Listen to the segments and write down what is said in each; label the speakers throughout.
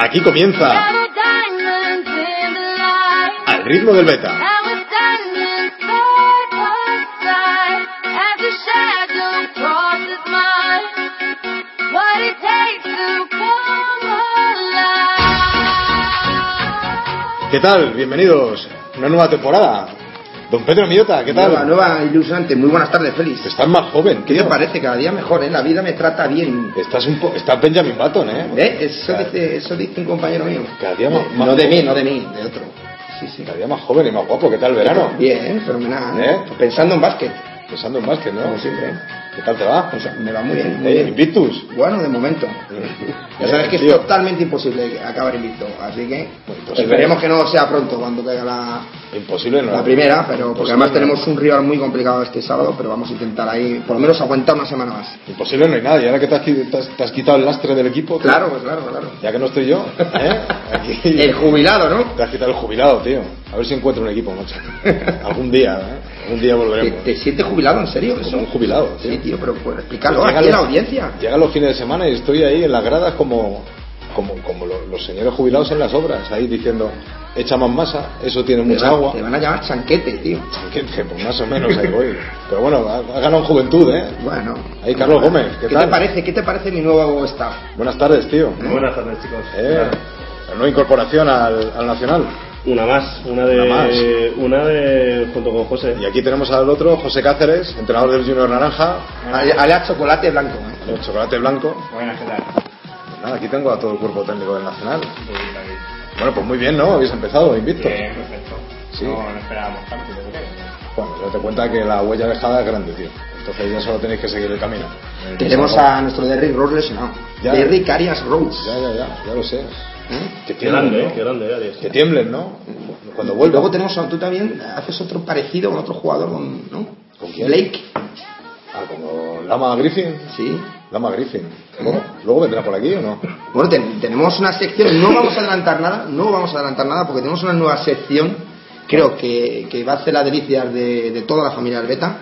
Speaker 1: Aquí comienza al ritmo del beta. ¿Qué tal? Bienvenidos. Una nueva temporada. Don Pedro Miota, ¿qué tal?
Speaker 2: Nueva, nueva ilusionante. Muy buenas tardes, Félix.
Speaker 1: Estás más joven,
Speaker 2: ¿Qué te
Speaker 1: tío.
Speaker 2: parece? Cada día mejor, ¿eh? La vida me trata bien.
Speaker 1: Estás un po- estás Benjamin Button, ¿eh?
Speaker 2: ¿Eh? Eso,
Speaker 1: Cada-
Speaker 2: dice, eso dice un compañero mío.
Speaker 1: Cada día más- más
Speaker 2: no de
Speaker 1: joven.
Speaker 2: mí, no de mí, de otro. Sí, sí.
Speaker 1: Cada día más joven y más guapo. ¿Qué tal el verano?
Speaker 2: Bien, fenomenal.
Speaker 1: ¿Eh?
Speaker 2: Pensando en básquet,
Speaker 1: Pensando en básquet, ¿no?
Speaker 2: como siempre.
Speaker 1: ¿Qué tal te va?
Speaker 2: O sea, me va muy bien. Muy
Speaker 1: Eh,
Speaker 2: bien.
Speaker 1: Invictus.
Speaker 2: Bueno, de momento. Ya sabes que es
Speaker 1: Tío.
Speaker 2: totalmente imposible acabar invicto, así que
Speaker 1: imposible.
Speaker 2: esperemos que no sea pronto cuando caiga la,
Speaker 1: Imposible, ¿no?
Speaker 2: la primera, pero porque
Speaker 1: Imposible,
Speaker 2: además
Speaker 1: ¿no?
Speaker 2: tenemos un rival muy complicado este sábado, pero vamos a intentar ahí, por lo menos aguantar una semana más.
Speaker 1: Imposible no hay nada. Y ahora que te has, qui- te has- te has quitado el lastre del equipo, tío,
Speaker 2: Claro, pues claro, claro.
Speaker 1: ya que no estoy yo, ¿eh? Aquí-
Speaker 2: El jubilado, ¿no?
Speaker 1: Te has quitado el jubilado, tío. A ver si encuentro un equipo, macho. Algún día, ¿eh? Algún día
Speaker 2: ¿Te,
Speaker 1: volveremos.
Speaker 2: te sientes jubilado en serio?
Speaker 1: Como
Speaker 2: Eso?
Speaker 1: un jubilado, tío.
Speaker 2: Sí, tío, pero pues, explícalo
Speaker 1: Llegan
Speaker 2: aquí a la
Speaker 1: los-
Speaker 2: audiencia.
Speaker 1: Llegan los fines de semana y estoy ahí en las gradas como, como, como lo- los, señores jubilados en las obras, ahí diciendo, echa más masa, eso tiene
Speaker 2: Te,
Speaker 1: mucha
Speaker 2: van-
Speaker 1: agua.
Speaker 2: te van a llamar chanquete, tío.
Speaker 1: Que- que, pues, más o menos ahí voy. Pero bueno, ha, ha ganado en juventud, ¿eh?
Speaker 2: Bueno.
Speaker 1: Ahí, Carlos Gómez, ¿qué tal?
Speaker 2: te parece? ¿Qué te parece mi nuevo staff?
Speaker 1: Buenas tardes, tío.
Speaker 3: Muy buenas tardes, chicos.
Speaker 1: Eh, la nueva incorporación al, al Nacional.
Speaker 3: Una más, una de,
Speaker 1: Una
Speaker 3: una,
Speaker 1: más.
Speaker 3: de junto con José.
Speaker 1: Y aquí tenemos al otro, José Cáceres, entrenador del Junior Naranja,
Speaker 2: Ale- Alea Ah, chocolate blanco, ¿eh?
Speaker 1: el chocolate blanco. Pues
Speaker 3: Buenas, ¿qué
Speaker 1: Nada, aquí tengo a todo el cuerpo técnico del Nacional. Bueno, pues muy bien, ¿no? Habéis empezado, invicto.
Speaker 3: perfecto.
Speaker 1: Sí. No,
Speaker 3: esperábamos tanto, yo
Speaker 1: Bueno, date cuenta que la huella dejada es grande, tío. Entonces ya solo tenéis que seguir el camino.
Speaker 2: Tenemos a nuestro Derrick Rose lesionado.
Speaker 1: Ya.
Speaker 2: Derrick Arias Rose.
Speaker 1: Ya, ya, ya, ya lo sé. Que
Speaker 3: Qué grande, eh,
Speaker 1: tiemblen,
Speaker 3: qué
Speaker 1: ¿no?
Speaker 3: grande, Arias.
Speaker 1: Que tiemblen, ¿no? Cuando
Speaker 2: Y luego
Speaker 1: vuelvo.
Speaker 2: tenemos a tú también, haces otro parecido con otro jugador, con, ¿no?
Speaker 1: ¿Con quién?
Speaker 2: Blake.
Speaker 1: Ah, como Lama Griffin.
Speaker 2: Sí.
Speaker 1: Lama Griffin. Luego- ¿Luego vendrá por aquí o no?
Speaker 2: Bueno, ten- tenemos una sección, no vamos a adelantar nada, no vamos a adelantar nada porque tenemos una nueva sección, creo que, que va a hacer las delicias de, de toda la familia del Beta.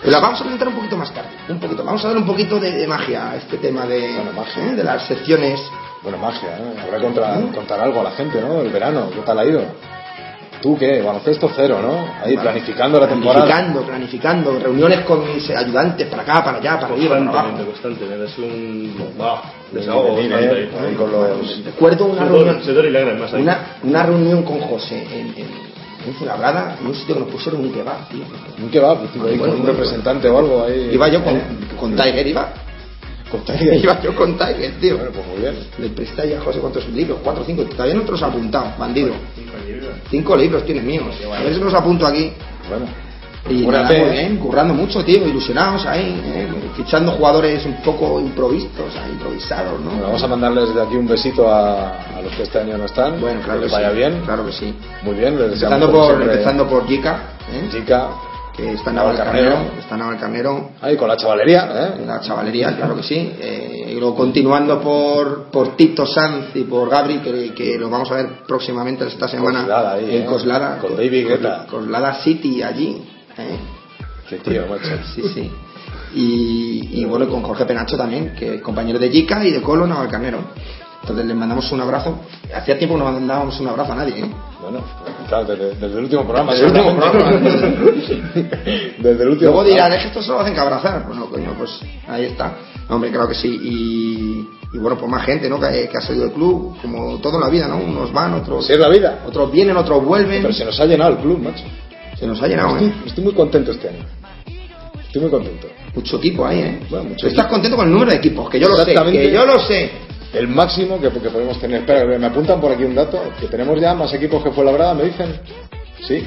Speaker 2: Pero la vamos a adelantar un poquito más tarde, un poquito, vamos a dar un poquito de, de magia a este tema de,
Speaker 1: Bueno, magia.
Speaker 2: ¿eh? de las secciones.
Speaker 1: Bueno, magia, ¿no? Habrá que contra- contar algo a la gente, ¿no? El verano, ¿qué tal ha ido? ¿Tú qué? Baloncesto cero, ¿no? Ahí
Speaker 2: Vale.
Speaker 1: planificando la temporada.
Speaker 2: Planificando, planificando, reuniones con mis ayudantes para acá, para allá, para arriba, para
Speaker 3: Constantemente,
Speaker 2: abajo.
Speaker 3: constantemente. Es un.
Speaker 1: Y
Speaker 3: Desahogo
Speaker 1: venir,
Speaker 3: bastante
Speaker 1: ¿eh?
Speaker 3: ahí.
Speaker 1: Ahí con los...
Speaker 2: Recuerdo una
Speaker 3: Sudor-
Speaker 2: reunión.
Speaker 3: sudor y lágrimas más ahí.
Speaker 2: Una, una reunión con José en, en, en Fuenlabrada, en un sitio que nos pusieron un kebab, tío.
Speaker 1: Un kebab, tío, ahí
Speaker 2: Bueno,
Speaker 1: con un
Speaker 2: bueno.
Speaker 1: representante o algo ahí.
Speaker 2: Iba yo con,
Speaker 1: ¿Eh?
Speaker 2: con Tiger, iba.
Speaker 1: Con
Speaker 2: Iba yo con Tiger, tío.
Speaker 1: Bueno, pues muy bien.
Speaker 2: Le presté ahí a José cuántos libros, cuatro o cinco. Todavía no te los he apuntado, bandido. Cinco libros tienes míos. A ver si me los apunto aquí.
Speaker 1: Bueno.
Speaker 2: Y
Speaker 1: Buena
Speaker 2: nada,
Speaker 1: fe,
Speaker 2: muy
Speaker 1: ¿eh?
Speaker 2: bien, currando mucho, tío, ilusionados ahí, ¿eh? fichando jugadores un poco improvistos, ahí, improvisados, ¿no?
Speaker 1: Bueno, vamos a mandarles de aquí un besito a, a los que este año no están.
Speaker 2: Bueno, claro
Speaker 1: que
Speaker 2: que
Speaker 1: les vaya
Speaker 2: sí.
Speaker 1: bien.
Speaker 2: Claro que sí.
Speaker 1: Muy bien, les deseamos
Speaker 2: Empezando
Speaker 1: como
Speaker 2: por,
Speaker 1: siempre,
Speaker 2: empezando por Jica, ¿eh?
Speaker 1: Chica.
Speaker 2: que está en
Speaker 1: Navalcarnero.
Speaker 2: Navalcarnero, está en Navalcarnero,
Speaker 1: Ahí con la chavalería, ¿eh?
Speaker 2: la chavalería, claro que sí. Eh, y luego continuando por, por Tito Sanz y por Gabri, que, que lo vamos a ver próximamente esta semana
Speaker 1: Coslada ahí,
Speaker 2: en
Speaker 1: ¿eh?
Speaker 2: Coslada.
Speaker 1: Con David Guetta.
Speaker 2: Coslada City allí. ¿eh?
Speaker 1: Qué tío, macho.
Speaker 2: Sí, sí. Y, y bueno, con Jorge Penacho también, que es compañero de Yica y de Colo Navalcarnero. Entonces les mandamos un abrazo. Hacía tiempo que no mandábamos un abrazo a nadie, ¿eh?
Speaker 1: Bueno, pues, claro, desde, desde el último programa.
Speaker 2: Desde el último
Speaker 1: seguramente. desde el último
Speaker 2: Luego dirán, ¿eh?
Speaker 1: programa.
Speaker 2: es que estos solo hacen que abrazar. Pues no, coño, pues ahí está. Hombre, claro que sí. Y, y bueno, pues más gente, ¿no? Que, que ha salido del club, como toda la vida, ¿no? Unos van, otros,
Speaker 1: Si es la vida.
Speaker 2: otros vienen, otros vuelven.
Speaker 1: Pero se nos ha llenado el club, macho.
Speaker 2: Se nos ha llenado,
Speaker 1: Estoy,
Speaker 2: ¿eh?
Speaker 1: estoy muy contento este año. Estoy muy contento.
Speaker 2: Mucho equipo ahí, ¿eh?
Speaker 1: Bueno, mucho
Speaker 2: Tú Estás
Speaker 1: equipo.
Speaker 2: contento con el número de equipos, que yo lo sé.
Speaker 1: Exactamente.
Speaker 2: Que yo lo sé.
Speaker 1: El máximo que, que podemos tener. Espera, que me apuntan por aquí un dato. Que tenemos ya más equipos que fue labrada, me dicen. Sí,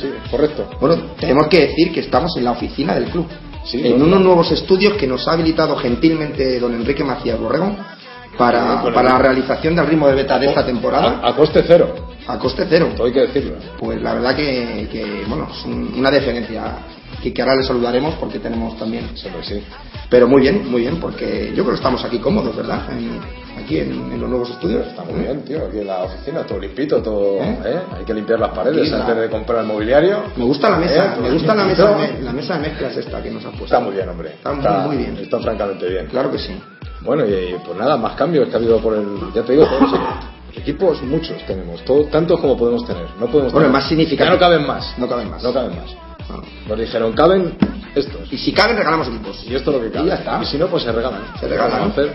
Speaker 1: sí, correcto.
Speaker 2: Bueno, tenemos que decir que estamos en la oficina del club.
Speaker 1: Sí,
Speaker 2: en
Speaker 1: bueno.
Speaker 2: unos nuevos estudios que nos ha habilitado gentilmente don Enrique Macías Borrego
Speaker 1: Sí,
Speaker 2: para,
Speaker 1: con el-
Speaker 2: para la realización del ritmo de beta de esta temporada
Speaker 1: A, a coste cero.
Speaker 2: a coste cero.
Speaker 1: Todo hay que decirlo.
Speaker 2: Pues la verdad que, que, bueno, es un- una deferencia que, que ahora le saludaremos porque tenemos también.
Speaker 1: Eso que sí.
Speaker 2: Pero muy bien, muy bien, porque yo creo que estamos aquí cómodos, ¿verdad? En- aquí en, en los nuevos estudios.
Speaker 1: Está muy bien, tío. Aquí en la oficina, todo limpito, todo.
Speaker 2: ¿Eh?
Speaker 1: ¿eh? Hay que limpiar las paredes
Speaker 2: Aquí la-
Speaker 1: antes de comprar el mobiliario.
Speaker 2: Me gusta la mesa,
Speaker 1: ¿Eh?
Speaker 2: me gusta la mesa,
Speaker 1: No.
Speaker 2: la mesa de mezclas esta que nos ha puesto.
Speaker 1: Está muy bien, hombre.
Speaker 2: Está muy bien.
Speaker 1: Está francamente bien.
Speaker 2: Claro que sí.
Speaker 1: Bueno, y pues nada, más cambios que ha habido por el. Ya te digo, todos, eh, equipos muchos tenemos, todos, tantos como podemos tener. No podemos
Speaker 2: Bueno,
Speaker 1: tener-
Speaker 2: más significativo.
Speaker 1: Ya no caben más.
Speaker 2: No caben más.
Speaker 1: No caben más.
Speaker 2: No, no.
Speaker 1: Nos dijeron, caben estos.
Speaker 2: Y si caben, regalamos equipos.
Speaker 1: Y esto es lo que cabe.
Speaker 2: Y ya está.
Speaker 1: si no, pues se regalan.
Speaker 2: Se regalan.
Speaker 1: ¿Qué vamos a hacer?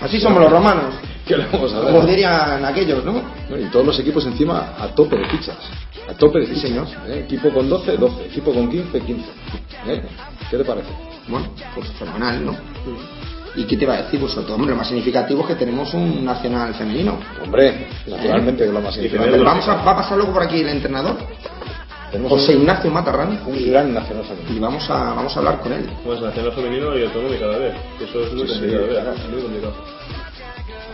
Speaker 2: Así somos los romanos.
Speaker 1: ¿Qué le vamos a hacer?
Speaker 2: Como dirían aquellos, ¿no?
Speaker 1: Bueno, y todos los equipos encima a tope de fichas. A tope de
Speaker 2: Sí,
Speaker 1: fichas.
Speaker 2: señor.
Speaker 1: ¿eh? Equipo con 12, 12. Equipo con 15, 15. ¿eh? ¿Qué te parece?
Speaker 2: Bueno, pues fenomenal, ¿no? ¿Y qué te va a decir? Pues sobre todo, hombre, lo más significativo es que tenemos un nacional femenino. ¿Eh?
Speaker 1: Hombre, naturalmente que es lo más
Speaker 3: Y
Speaker 1: importante.
Speaker 3: tener-
Speaker 2: Vamos a, va a pasar luego por aquí el entrenador,
Speaker 1: Tenemos
Speaker 2: José
Speaker 1: un,
Speaker 2: Ignacio Matarrán,
Speaker 1: un gran nacional
Speaker 2: y
Speaker 1: femenino.
Speaker 2: vamos a, vamos a hablar con él.
Speaker 3: Pues nacional femenino y autónomo cada vez. que Eso es muy
Speaker 1: Sí, sí,
Speaker 3: complicado, ¿eh?
Speaker 1: claro.
Speaker 3: Muy complicado.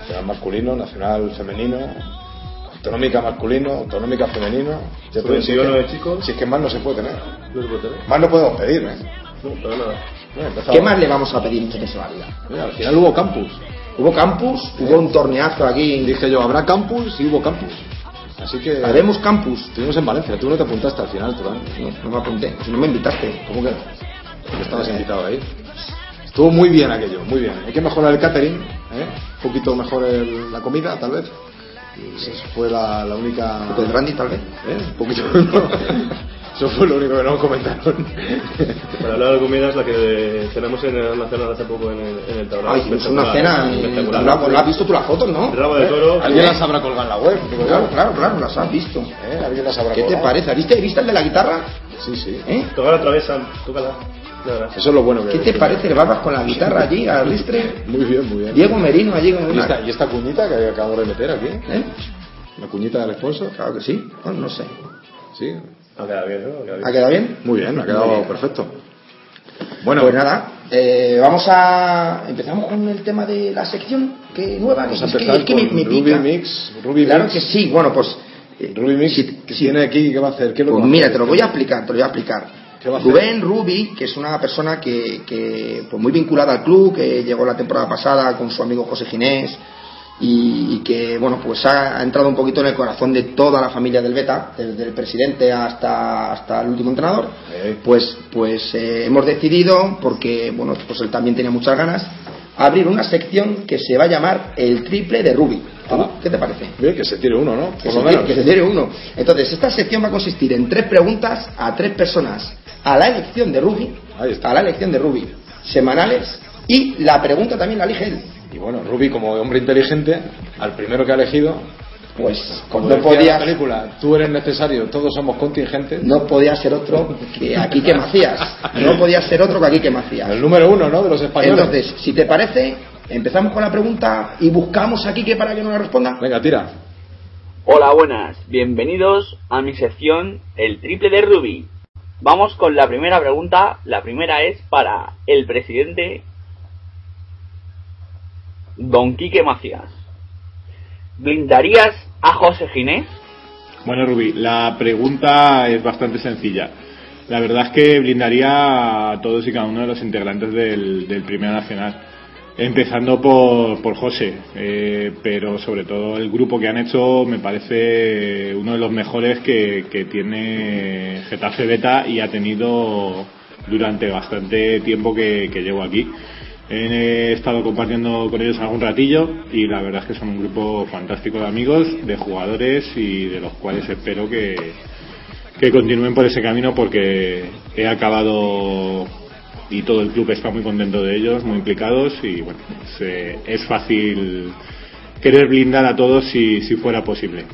Speaker 1: Nacional masculino, nacional femenino, autonómica masculino, autonómica femenino. Ya te digo, si es
Speaker 3: Subvenciones
Speaker 1: que-
Speaker 3: de chicos.
Speaker 1: Si es que más no se puede tener.
Speaker 3: No se puede tener.
Speaker 1: Más no podemos pedir, ¿eh?
Speaker 3: No, para nada.
Speaker 1: Bueno, empezamos.
Speaker 2: ¿Qué más le vamos a pedir que se valga?
Speaker 1: Mira, al final hubo campus.
Speaker 2: Hubo campus, hubo un torneazo aquí.
Speaker 1: Dije yo, habrá campus y hubo campus. Así que.
Speaker 2: Haremos campus.
Speaker 1: Estuvimos en Valencia, tú no te apuntaste al final, Turán.
Speaker 2: ¿eh? No, no me apunté, si no Eh, me invitaste.
Speaker 1: ¿Cómo que no? Porque estabas invitado ahí. Estuvo muy bien aquello, muy bien. Hay que mejorar el catering, ¿eh? un poquito mejor el- la comida, tal vez. Esa fue la, la única.
Speaker 2: Con el Randy tal vez.
Speaker 1: ¿Eh? Un poquito. Eso fue lo único que nos comentaron.
Speaker 3: Para hablar de comida es la que cenamos en el Nacional hace poco en el, en el tablado.
Speaker 2: Ay, es una
Speaker 3: Espectacular,
Speaker 2: cena. eh,
Speaker 3: espectacular.
Speaker 2: ¿Lo lo has visto tú las fotos, no? ¿Eh?
Speaker 3: Rabo de toro.
Speaker 1: ¿Eh? Alguien las habrá colgado en la web, digo yo.
Speaker 2: Claro, claro, claro, las has visto.
Speaker 1: ¿Eh? Alguien las habrá
Speaker 2: ¿Qué te
Speaker 1: colgado.
Speaker 2: parece? ¿Viste, ¿Viste el de la guitarra?
Speaker 1: Sí, sí.
Speaker 2: ¿Eh?
Speaker 3: Toca la travesa, tócala. Ya verás.
Speaker 1: Eso es lo bueno que.
Speaker 2: ¿Qué te parece el Barbas con la guitarra allí, al ristre?
Speaker 1: Muy bien, muy bien.
Speaker 2: Diego Merino allí con
Speaker 1: ¿Y esta,
Speaker 2: una...
Speaker 1: y esta cuñita que acabamos de meter aquí?
Speaker 2: ¿Eh?
Speaker 1: ¿La cuñita del sponsor?
Speaker 2: Claro que sí, Bueno, no sé.
Speaker 1: Sí.
Speaker 3: Ha quedado bien, ¿no? Ha quedado bien.
Speaker 2: ¿Ha quedado bien?
Speaker 1: Muy bien, ha quedado
Speaker 2: Muy bien.
Speaker 1: perfecto.
Speaker 2: Bueno, pues nada, eh, vamos a... Empezamos con el tema de la sección que nueva.
Speaker 1: Vamos
Speaker 2: que
Speaker 1: a
Speaker 2: es que-
Speaker 1: empezar
Speaker 2: es que,
Speaker 1: con
Speaker 2: me, me
Speaker 1: Ruby
Speaker 2: pica.
Speaker 1: Mix. Ruby
Speaker 2: claro
Speaker 1: Mix.
Speaker 2: que sí, bueno, pues... eh,
Speaker 1: Ruby Mix,
Speaker 2: si-
Speaker 1: que
Speaker 2: si-
Speaker 1: tiene aquí, ¿qué va a hacer? ¿Qué es lo que
Speaker 2: Pues
Speaker 1: va
Speaker 2: mira,
Speaker 1: hacer?
Speaker 2: te lo voy a explicar, te lo voy a explicar.
Speaker 1: ¿Qué va a hacer?
Speaker 2: Rubén Rubi, que es una persona que, que, pues muy vinculada al club, que llegó la temporada pasada con su amigo José Ginés y, y que bueno pues ha, ha entrado un poquito en el corazón de toda la familia del Beta, desde el presidente hasta, hasta el último entrenador.
Speaker 1: Eh.
Speaker 2: Pues pues eh, hemos decidido, porque bueno pues él también tenía muchas ganas, abrir una sección que se va a llamar el triple de Rubi.
Speaker 1: Ah.
Speaker 2: ¿Qué te parece?
Speaker 1: Bien, que se tire uno, ¿no?
Speaker 2: Que
Speaker 1: Por
Speaker 2: se,
Speaker 1: lo menos.
Speaker 2: que se tire uno. Entonces, esta sección va a consistir en tres preguntas a tres personas a la elección de Ruby,
Speaker 1: Ahí está.
Speaker 2: a la elección de Ruby, semanales, y la pregunta también la elige él.
Speaker 1: Y bueno, Ruby, como hombre inteligente, al primero que ha elegido,
Speaker 2: Pues,
Speaker 1: como
Speaker 2: no
Speaker 1: decía la
Speaker 2: podía,
Speaker 1: película, tú eres necesario, todos somos contingentes.
Speaker 2: no podía ser otro que aquí que Macías. No podía ser otro que aquí que Macías.
Speaker 1: El número uno, ¿no? De los españoles.
Speaker 2: Entonces, si te parece, empezamos con la pregunta y buscamos aquí que para que no la responda.
Speaker 1: Venga, tira.
Speaker 4: Hola, buenas. Bienvenidos a mi sección El Triple de Ruby. Vamos con la primera pregunta. La primera es para el presidente Don Quique Macías. ¿Blindarías a José Ginés?
Speaker 5: Bueno, Rubí, la pregunta es bastante sencilla. La verdad es que blindaría a todos y cada uno de los integrantes del, del Primera Nacional, empezando por, por José, eh, pero sobre todo el grupo que han hecho me parece uno de los mejores que, que tiene Getafe Beta y ha tenido durante bastante tiempo que, que llevo aquí. He estado compartiendo con ellos algún ratillo y la verdad es que son un grupo fantástico de amigos, de jugadores y de los cuales espero que, que continúen por ese camino porque he acabado y todo el club está muy contento de ellos, muy implicados y bueno, es, eh, es fácil querer blindar a todos si, si fuera posible.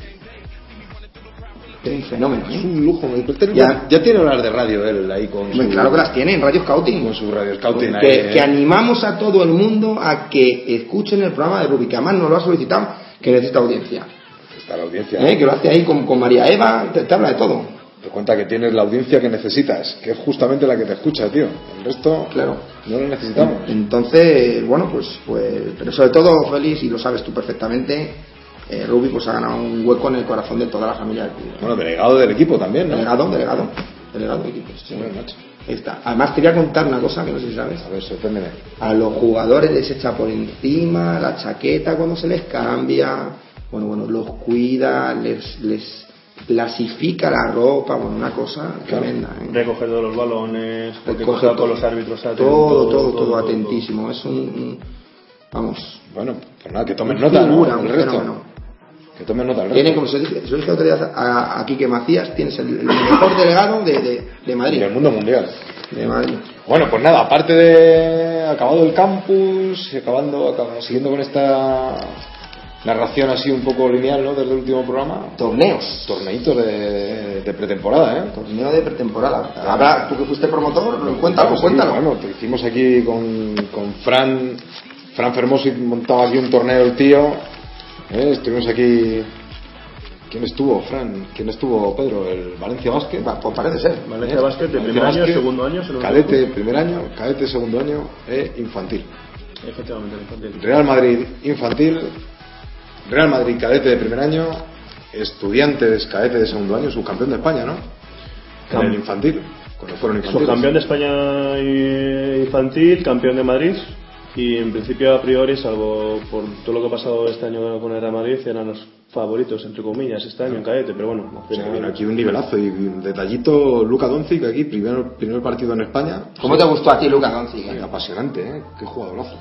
Speaker 2: Es un fenómeno,
Speaker 1: Es
Speaker 2: ¿eh?
Speaker 1: un lujo. me- Ya,
Speaker 2: Ya.
Speaker 1: ya tiene horas de radio él ahí con
Speaker 2: Hombre,
Speaker 1: su-
Speaker 2: claro que las tienen, Radio Scouting.
Speaker 1: con su radio scouting. ahí,
Speaker 2: que,
Speaker 1: ¿eh?
Speaker 2: que animamos a todo el mundo a que escuchen el programa de Rubi, que además nos lo ha solicitado, que necesita audiencia.
Speaker 1: Está la audiencia.
Speaker 2: ¿Eh? Que lo hace ahí con, con María Eva, te, te habla de todo.
Speaker 1: Te cuenta que tienes la audiencia que necesitas, que es justamente la que te escucha, tío. El resto
Speaker 2: Claro.
Speaker 1: no lo necesitamos.
Speaker 2: Entonces, bueno, pues, pues pero sobre todo, Félix, y lo sabes tú perfectamente, eh, Rubi pues ha ganado un hueco en el corazón de toda la familia del club.
Speaker 1: Bueno, delegado del equipo también, ¿no?
Speaker 2: Delegado, delegado, delegado de equipo, sí, señor.
Speaker 1: Joder, macho.
Speaker 2: Ahí está. Además, te voy a contar una cosa que no sé si sabes.
Speaker 1: A ver, sorpréndeme.
Speaker 2: A los jugadores les echa por encima la chaqueta cuando se les cambia. Bueno, bueno, los cuida, les, les clasifica la ropa, bueno, una cosa
Speaker 1: Claro.
Speaker 2: tremenda. ¿eh?
Speaker 3: Recoge todos los balones, porque
Speaker 2: Recoge
Speaker 3: coge
Speaker 2: todo.
Speaker 3: con los árbitros.
Speaker 2: Todo,
Speaker 3: ha
Speaker 2: todo,
Speaker 3: tenido
Speaker 2: todo, atentísimo. Es un, un- Vamos.
Speaker 1: Bueno, pues nada, que tomen nota, ¿no?
Speaker 2: Figura,
Speaker 1: El
Speaker 2: un
Speaker 1: resto.
Speaker 2: fenómeno.
Speaker 1: Que tomen nota el
Speaker 2: Tiene, como
Speaker 1: resto.
Speaker 2: se dije, se lo dije otro día a, a Quique Macías, tienes el, el mejor delegado de, de, de
Speaker 1: Y
Speaker 2: Madrid.
Speaker 1: el mundo mundial.
Speaker 2: De Madrid.
Speaker 1: Bueno, pues nada, aparte de acabado el campus, y acabando, acabando- siguiendo con esta narración así un poco lineal, ¿no? Desde el último programa,
Speaker 2: Torneos.
Speaker 1: torneitos de, de pretemporada, ¿eh?
Speaker 2: Torneo de pretemporada. Habrá, tú que fuiste promotor, lo cuéntalo,
Speaker 1: Pues sí,
Speaker 2: cuéntalo.
Speaker 1: Bueno, te hicimos aquí con, con Fran, Fran Fermosi montaba aquí un torneo el tío. ¿eh? Estuvimos aquí. ¿Quién estuvo, Fran? ¿Quién estuvo, Pedro? ¿El Valencia Basket?
Speaker 2: Va, pues parece ser.
Speaker 3: Valencia Basket de primer año, segundo año, segundo
Speaker 1: Cadete, primer año, cadete, segundo año, e infantil.
Speaker 3: Efectivamente, infantil.
Speaker 1: Real Madrid infantil, Real Madrid cadete de primer año, estudiantes cadete de segundo año, subcampeón de España, ¿no? Con
Speaker 3: Cam-
Speaker 1: el infantil, cuando fueron infantiles.
Speaker 3: Subcampeón Pues de España eh, infantil, campeón de Madrid. Y en principio, a priori, salvo por todo lo que ha pasado este año con el Real Madrid, eran los favoritos, entre comillas, este año en cadete. Pero bueno, al
Speaker 1: O sea,
Speaker 3: final-
Speaker 1: vino aquí un nivelazo y un detallito Luca Doncic aquí, primer, primer partido en España.
Speaker 2: ¿Cómo te gustó a ti, Lucas Doncic?
Speaker 1: Eh,
Speaker 2: eh?
Speaker 1: Apasionante, ¿eh? Qué jugadorazo.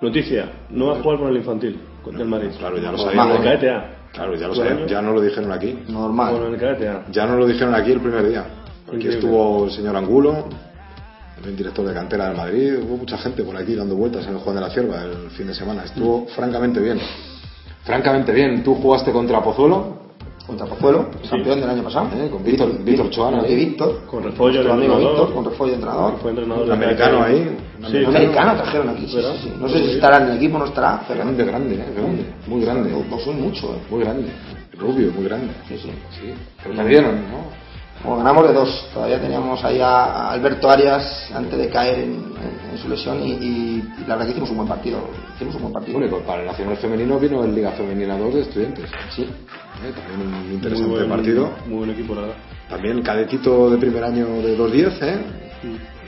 Speaker 3: noticia: no va a jugar con el infantil, con el Madrid.
Speaker 1: Claro, ya lo
Speaker 3: Con el
Speaker 1: sabíamos.
Speaker 3: cadete A.
Speaker 1: Claro, ya lo
Speaker 3: Bueno.
Speaker 1: sabíamos. Ya no lo dijeron aquí.
Speaker 3: Con
Speaker 2: Normal.
Speaker 3: el cadete A.
Speaker 1: Ya no lo dijeron aquí el primer día. Aquí
Speaker 3: Increíble.
Speaker 1: estuvo el señor Angulo, el director de cantera del Madrid. Hubo mucha gente por aquí dando vueltas en el Juan de la Cierva el fin de semana. Estuvo francamente bien. Francamente bien. Tú jugaste contra Pozuelo,
Speaker 2: Contra Pozuelo, campeón del año pasado.
Speaker 1: ¿eh? con Víctor, Víctor Choana.
Speaker 2: Y Víctor.
Speaker 3: Con Refollo,
Speaker 2: nuestro
Speaker 3: el
Speaker 2: amigo
Speaker 3: entrenador.
Speaker 2: Víctor, con Refollo, entrenador.
Speaker 3: Fue entrenador del
Speaker 1: Americano
Speaker 3: cadete.
Speaker 1: ahí, un
Speaker 3: Sí,
Speaker 2: Un
Speaker 1: americano.
Speaker 2: americano trajeron aquí, sí,
Speaker 3: ¿Verdad?
Speaker 2: sí, sí. No sé si estará en el equipo o no estará, pero
Speaker 1: Grande, grande, ¿eh? grande. Muy grande.
Speaker 2: no, no son mucho. eh.
Speaker 1: Muy grande. Rubio, muy grande.
Speaker 2: Sí, sí.
Speaker 1: Sí. Pero perdieron, ¿no?
Speaker 2: Bueno, ganamos de dos. Todavía teníamos ahí a a Alberto Arias antes de caer en, en- en su lesión y, y- y la verdad que hicimos un buen partido. Hicimos un buen partido.
Speaker 1: Bueno, y pues para el Nacional Femenino vino el Liga Femenina 2 de Estudiantes.
Speaker 2: Sí.
Speaker 1: ¿eh? También un
Speaker 3: Muy
Speaker 1: interesante
Speaker 3: buen-
Speaker 1: partido.
Speaker 3: Muy buen equipo, la verdad.
Speaker 1: También cadetito de primer año de 2-10, ¿eh?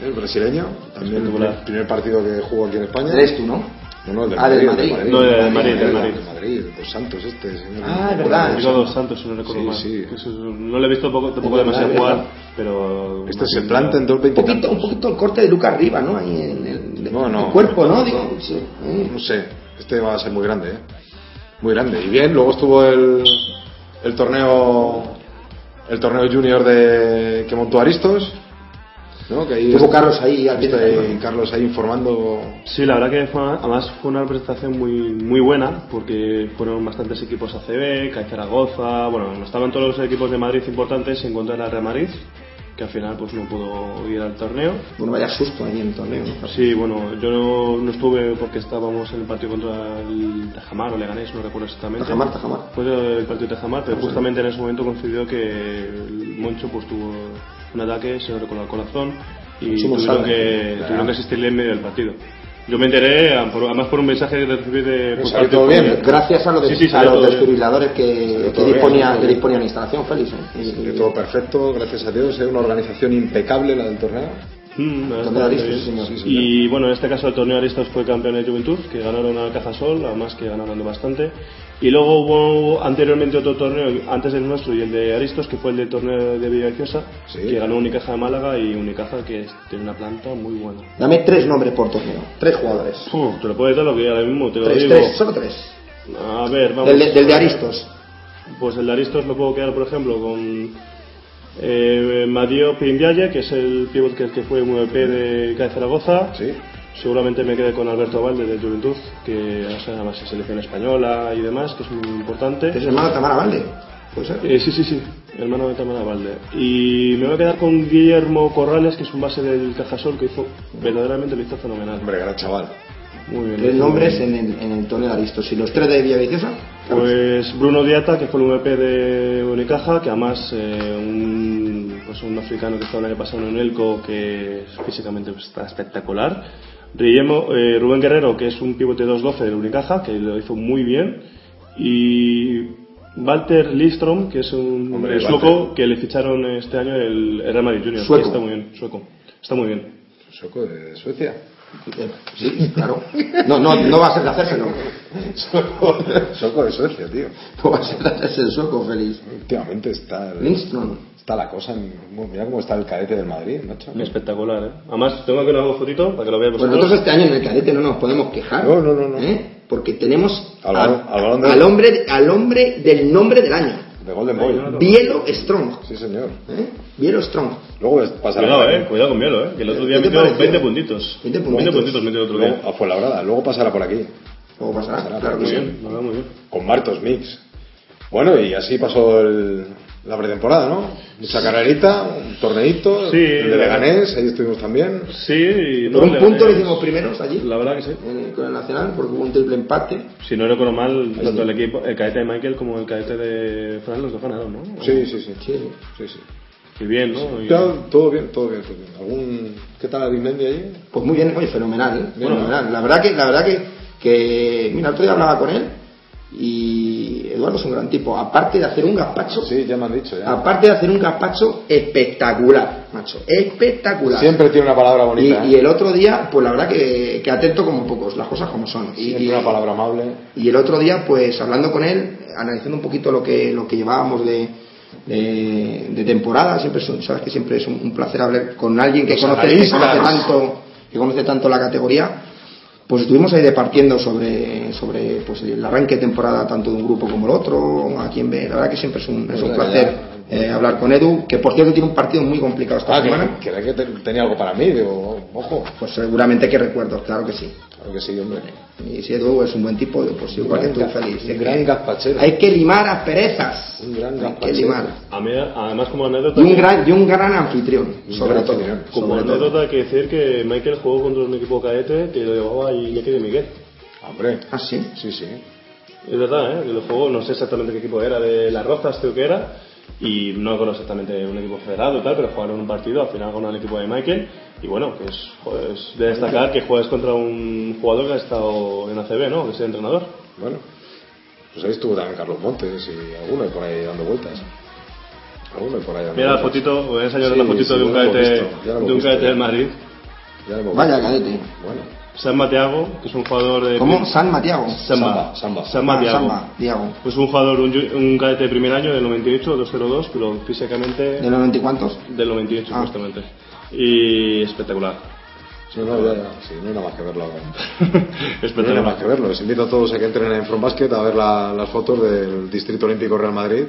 Speaker 1: El brasileño. También el
Speaker 3: Espectacular.
Speaker 1: pri- primer partido que jugó aquí en España.
Speaker 2: Eres tú, ¿no?
Speaker 1: No, no, el del
Speaker 2: Ah, del
Speaker 1: Madrid,
Speaker 2: Madrid.
Speaker 3: No, del Madrid, del Madrid.
Speaker 1: del Madrid, el dos Santos este, señor.
Speaker 2: Ah, es verdad.
Speaker 3: Rodrigo dos Santos, si no recuerdo
Speaker 1: Sí,
Speaker 3: mal.
Speaker 1: sí.
Speaker 3: Que eso es- no le he visto poco- tampoco
Speaker 2: Es verdad,
Speaker 3: demasiado
Speaker 2: es
Speaker 3: jugar,
Speaker 2: verdad.
Speaker 3: pero...
Speaker 1: Este se planta en dos
Speaker 2: Un poquito, un poquito el corte de Lucas Riva, ¿no? Ahí en el,
Speaker 1: No, no.
Speaker 2: el cuerpo, ¿no? Digo, sí. eh.
Speaker 1: No sé, este va a ser muy grande, ¿eh? Muy grande. Y bien, luego estuvo el, el torneo el torneo junior de que montó Aristos, ¿no? Que ahí
Speaker 2: Estuvo Carlos ahí al pie
Speaker 1: está
Speaker 2: del
Speaker 1: ahí
Speaker 2: cañón.
Speaker 1: Carlos ahí informando.
Speaker 3: Sí, la verdad que fue, además fue una representación muy, muy buena, porque fueron bastantes equipos ACB, CAE Zaragoza, bueno, estaban todos los equipos de Madrid importantes en contra de la Real Madrid, que al final pues no pudo ir al torneo.
Speaker 2: Bueno, vaya susto ahí en el torneo. ¿no?
Speaker 3: Sí, bueno, yo no, no estuve porque estábamos en el partido contra el Tajamar o Leganés, no recuerdo exactamente.
Speaker 2: Tajamar, Tajamar.
Speaker 3: Fue el partido de Tajamar, pero justamente en ese momento coincidió que el Moncho pues tuvo un ataque, se le recoló el corazón y
Speaker 2: Moncho
Speaker 3: tuvieron
Speaker 2: González,
Speaker 3: que,
Speaker 1: claro.
Speaker 3: tuvieron que asistirle en medio del partido. Yo me enteré, a- por- además por un mensaje que recibí de... por
Speaker 1: Pues salió
Speaker 3: parte
Speaker 1: todo
Speaker 3: de-
Speaker 1: bien.
Speaker 2: Gracias a los,
Speaker 3: Sí, sí,
Speaker 2: a
Speaker 3: salió
Speaker 2: los
Speaker 3: todo bien.
Speaker 2: desfibriladores que, que
Speaker 1: todo bien,
Speaker 2: disponía,
Speaker 1: todo
Speaker 2: que
Speaker 1: bien.
Speaker 2: disponía la instalación, Félix. ¿eh? Y-
Speaker 1: De
Speaker 2: y-
Speaker 1: todo perfecto, gracias a Dios, es una organización impecable la del torneo.
Speaker 3: Mm, la verdad
Speaker 2: Torneo
Speaker 3: que
Speaker 2: Aristos,
Speaker 3: bien.
Speaker 2: sí, señor.
Speaker 1: Sí, señor.
Speaker 3: Y bueno, en este caso el torneo Aristos fue campeón de Juventud, que ganaron a Cajasol, además que ganaron bastante. Y luego hubo anteriormente otro torneo, antes del nuestro y el de Aristos, que fue el de torneo de Villaviciosa,
Speaker 1: Sí.
Speaker 3: que ganó Unicaja de Málaga y Unicaja que es- tiene una planta muy buena.
Speaker 2: Dame tres nombres por torneo. Tres jugadores.
Speaker 3: Te lo puedes dar lo que ahora mismo te lo
Speaker 2: Tres,
Speaker 3: digo.
Speaker 2: tres, solo tres.
Speaker 3: A ver, vamos.
Speaker 2: Del, de- del de Aristos.
Speaker 3: Pues el de Aristos me puedo quedar, por ejemplo, con eh, Madio Pindiaye, que es el pivot que, que fue MVP de CAE Zaragoza.
Speaker 1: Sí.
Speaker 3: Seguramente me quedé con Alberto Valde del Juventud, que o sea, además es selección española y demás, que es muy importante.
Speaker 2: Es hermano de Tamara Valde. Puede ser.
Speaker 3: Eh, sí, sí, sí, hermano de Tamara Valde. Y me voy a quedar con Guillermo Corrales, que es un base del Cajasol, que hizo verdaderamente lo hizo fenomenal.
Speaker 1: Hombre, gran chaval.
Speaker 3: Muy bien.
Speaker 2: Tres nombres en el, en el torneo de Aristos. Y los tres de Villaviciosa.
Speaker 3: Pues Bruno Diata, que fue el VP de Unicaja, que además eh, un, pues un africano que estaba el año pasado en Elco, que físicamente pues, está espectacular. Guillermo, eh, Rubén Guerrero, que es un pivote 2-12 del Unicaja, que lo hizo muy bien. Y Walter Lindstrom, que es un
Speaker 1: Hombre,
Speaker 3: eh, sueco
Speaker 1: Walter.
Speaker 3: que le ficharon este año el el Real Madrid Junior. que
Speaker 2: Sueco.
Speaker 3: Está muy bien, sueco. Está muy bien.
Speaker 1: Soco de Suecia.
Speaker 2: Eh, Sí, claro. No, no, no va a ser de hacérselo.
Speaker 1: Soco de Suecia, tío.
Speaker 2: No va a ser de hacerse el sueco, Félix.
Speaker 1: Últimamente está el-
Speaker 2: Lindström.
Speaker 1: está la cosa. en- Mira cómo está el cadete del Madrid, macho.
Speaker 3: Espectacular, ¿eh? Además, tengo aquí una fotito para que lo veáis
Speaker 2: Pues
Speaker 3: vosotros.
Speaker 2: nosotros este año en el cadete no nos podemos quejar.
Speaker 1: No, no, no, no.
Speaker 2: ¿eh? Porque tenemos
Speaker 1: Al
Speaker 2: a-
Speaker 1: balón- al balón del-
Speaker 2: al hombre, al hombre del nombre del año.
Speaker 1: De Golden Boy.
Speaker 2: Bielo Strong.
Speaker 1: Sí, señor.
Speaker 2: ¿eh? Bielo Strong.
Speaker 1: Luego les pasará.
Speaker 3: Cuidado, eh, cuidado con Mielo, eh, que el otro día
Speaker 2: ¿Qué te
Speaker 3: metió
Speaker 2: pareció?
Speaker 3: 20 puntitos.
Speaker 2: 20 puntitos.
Speaker 3: metió el otro día.
Speaker 1: Luego, a Fuenlabrada. Luego pasará por aquí.
Speaker 2: Luego pasará,
Speaker 1: Pasará,
Speaker 2: claro que
Speaker 1: muy
Speaker 2: sí.
Speaker 1: bien.
Speaker 3: Me va muy bien.
Speaker 1: Con Martos Mix. Bueno, y así pasó el- la pretemporada, ¿no? Mucha carrerita, un torneito.
Speaker 3: Sí.
Speaker 1: el de Leganés, ahí estuvimos también.
Speaker 3: Sí,
Speaker 2: Por un
Speaker 3: le
Speaker 2: punto
Speaker 3: gané.
Speaker 2: le hicimos primeros allí,
Speaker 3: La verdad que sí.
Speaker 2: en- con el Nacional, porque hubo un triple empate.
Speaker 3: Si no recuerdo mal,
Speaker 1: Ahí
Speaker 3: tanto el
Speaker 1: sí.
Speaker 3: equipo, el cadete de Michael como el cadete de Fran los dos ganaron, ¿no?
Speaker 1: Sí, sí, sí.
Speaker 2: Sí.
Speaker 1: Sí, sí.
Speaker 3: Y bien, ¿no? Y-
Speaker 1: Ya, todo bien, todo bien, todo bien. ¿Algún... ¿Qué tal Arismendi ahí?
Speaker 2: Pues muy bien, oye, fenomenal, ¿eh?
Speaker 1: Bueno.
Speaker 2: fenomenal. La verdad que, la verdad que, que Eh, mira, el otro día hablaba con él y Eduardo es un gran tipo. Aparte de hacer un gazpacho,
Speaker 1: Sí, ya me han dicho. Ya.
Speaker 2: aparte de hacer un gazpacho espectacular, macho, espectacular.
Speaker 1: Siempre tiene una palabra
Speaker 2: Y,
Speaker 1: bonita.
Speaker 2: y
Speaker 1: ¿eh?
Speaker 2: el otro día, pues la verdad que, que atento como pocos, las cosas como son. Y,
Speaker 1: Siempre una palabra amable.
Speaker 2: y el otro día, pues hablando con él, analizando un poquito lo que, lo que llevábamos de, de, de temporada, siempre es un- sabes que siempre es un, un placer hablar con alguien que
Speaker 1: Los
Speaker 2: conoce, que
Speaker 1: analistas.
Speaker 2: conoce tanto, que conoce tanto la categoría. Pues estuvimos ahí departiendo sobre, sobre pues, el arranque de temporada tanto de un grupo como el otro, a quien ve. La verdad que siempre es un, es un
Speaker 1: Ya, ya.
Speaker 2: placer eh, hablar con Edu, que por cierto tiene un partido muy complicado esta
Speaker 1: Ah,
Speaker 2: semana.
Speaker 1: que, que, que te- tenía algo para mí, digo, ojo.
Speaker 2: Pues seguramente que recuerdos, claro que sí.
Speaker 1: Claro que sí, hombre.
Speaker 2: Y si Edu es un buen tipo, pues igual que tú,
Speaker 1: gran,
Speaker 2: feliz.
Speaker 1: Un gran gazpachero.
Speaker 2: Hay que limar asperezas.
Speaker 1: Un gran
Speaker 2: Hay que
Speaker 1: gazpachero.
Speaker 2: limar.
Speaker 3: A mí, además, como anécdota.
Speaker 2: Y un gran, y un gran anfitrión,
Speaker 1: Un
Speaker 2: sobre
Speaker 1: gran
Speaker 2: todo.
Speaker 1: anfitrión.
Speaker 3: Como
Speaker 2: sobre todo.
Speaker 3: anécdota hay que decir que Michael jugó contra un equipo cadete que lo llevaba Iñaki de Miguel.
Speaker 1: Hombre,
Speaker 2: Ah, sí.
Speaker 1: sí, sí.
Speaker 3: Es verdad, ¿eh? Que lo jugó, no sé exactamente qué equipo era, de Las Rozas creo que era, y no conozco exactamente un equipo federado y tal, pero jugaron un partido al final con el equipo de Michael, y bueno, que es, joder, es de destacar que juegas contra un jugador que ha estado en ACB, ¿no? Que sea entrenador.
Speaker 1: Bueno, pues ahí estuvo también Carlos Montes y alguno por ahí dando vueltas. Alguno por ahí dando
Speaker 3: Mira la
Speaker 1: vueltas.
Speaker 3: fotito, voy a enseñaros
Speaker 1: Sí,
Speaker 3: la fotito
Speaker 1: sí,
Speaker 3: de un
Speaker 1: ya lo hemos
Speaker 3: cadete,
Speaker 1: visto, ya lo
Speaker 3: de un
Speaker 1: hemos
Speaker 3: cadete
Speaker 1: visto.
Speaker 3: del Madrid.
Speaker 1: Ya lo hemos
Speaker 2: Vaya,
Speaker 1: visto.
Speaker 2: cadete.
Speaker 1: Bueno,
Speaker 3: San Mateago, que es un jugador de...
Speaker 2: ¿Cómo? San Matiago.
Speaker 3: Samba.
Speaker 1: Samba, Samba.
Speaker 3: Samba
Speaker 2: Ah,
Speaker 3: Thiago.
Speaker 2: Samba, Diago.
Speaker 3: Pues un jugador, un, ju- un cadete de primer año del 98, 202, pero físicamente...
Speaker 2: ¿De los 90 y cuántos?
Speaker 3: Del 98,
Speaker 2: Ah.
Speaker 3: justamente. Y espectacular.
Speaker 1: no, no, ya, ya. Sí, no hay nada más que verlo. No hay nada más
Speaker 3: espectacular.
Speaker 1: que verlo. Les invito a todos a que entren en From Basket a ver la- las fotos del Distrito Olímpico Real Madrid,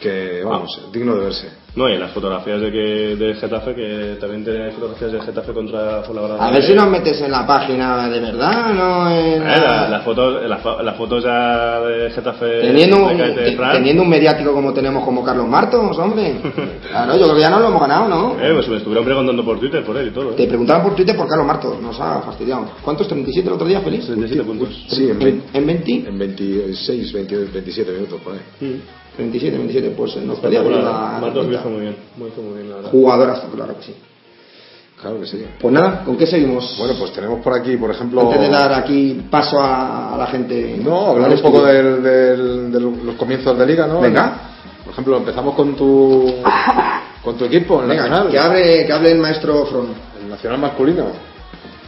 Speaker 1: que vamos,
Speaker 3: Ah.
Speaker 1: digno de verse.
Speaker 3: No, y las fotografías de que del Getafe, que también tiene fotografías del Getafe contra Fuenlabrada.
Speaker 2: A ver si nos metes en la página de verdad, no
Speaker 3: Eh,
Speaker 2: en la-
Speaker 3: la- las fotos las fa- las fotos ya de Getafe
Speaker 2: Teniendo
Speaker 3: de
Speaker 2: un,
Speaker 3: cadete de
Speaker 2: te-
Speaker 3: Fran.
Speaker 2: teniendo un mediático como tenemos como Carlos Martos, hombre. Claro, yo creo que ya no lo hemos ganado, ¿no?
Speaker 3: Eh, pues me estuvieron preguntando por Twitter por él y todo.
Speaker 2: Te
Speaker 3: Eh.
Speaker 2: preguntaban por Twitter por Carlos Martos, nos ha fastidiado. ¿Cuántos? ¿37 el otro día, Feliz?
Speaker 3: 37 puntos.
Speaker 1: Sí, en,
Speaker 2: ¿En,
Speaker 1: vein-
Speaker 2: en 20?
Speaker 1: en 26, 22, 27 minutos por ahí.
Speaker 3: Mm.
Speaker 2: 37, 27, pues nos podía abrir la-
Speaker 3: Espectacular. Martos me hizo muy bien. Me hizo muy bien, la verdad.
Speaker 2: Jugadorazo, claro que sí.
Speaker 1: Claro que sí.
Speaker 2: Pues nada, ¿con qué seguimos?
Speaker 1: Bueno, pues tenemos por aquí, por ejemplo.
Speaker 2: Antes de dar aquí paso a, a la gente.
Speaker 1: No, hablar un poco del- del- de los comienzos de liga, ¿no?
Speaker 2: Venga.
Speaker 1: Por ejemplo, empezamos con tu con tu equipo, el
Speaker 2: Venga,
Speaker 1: Nacional.
Speaker 2: que, hable, que hable el maestro From.
Speaker 1: El Nacional masculino.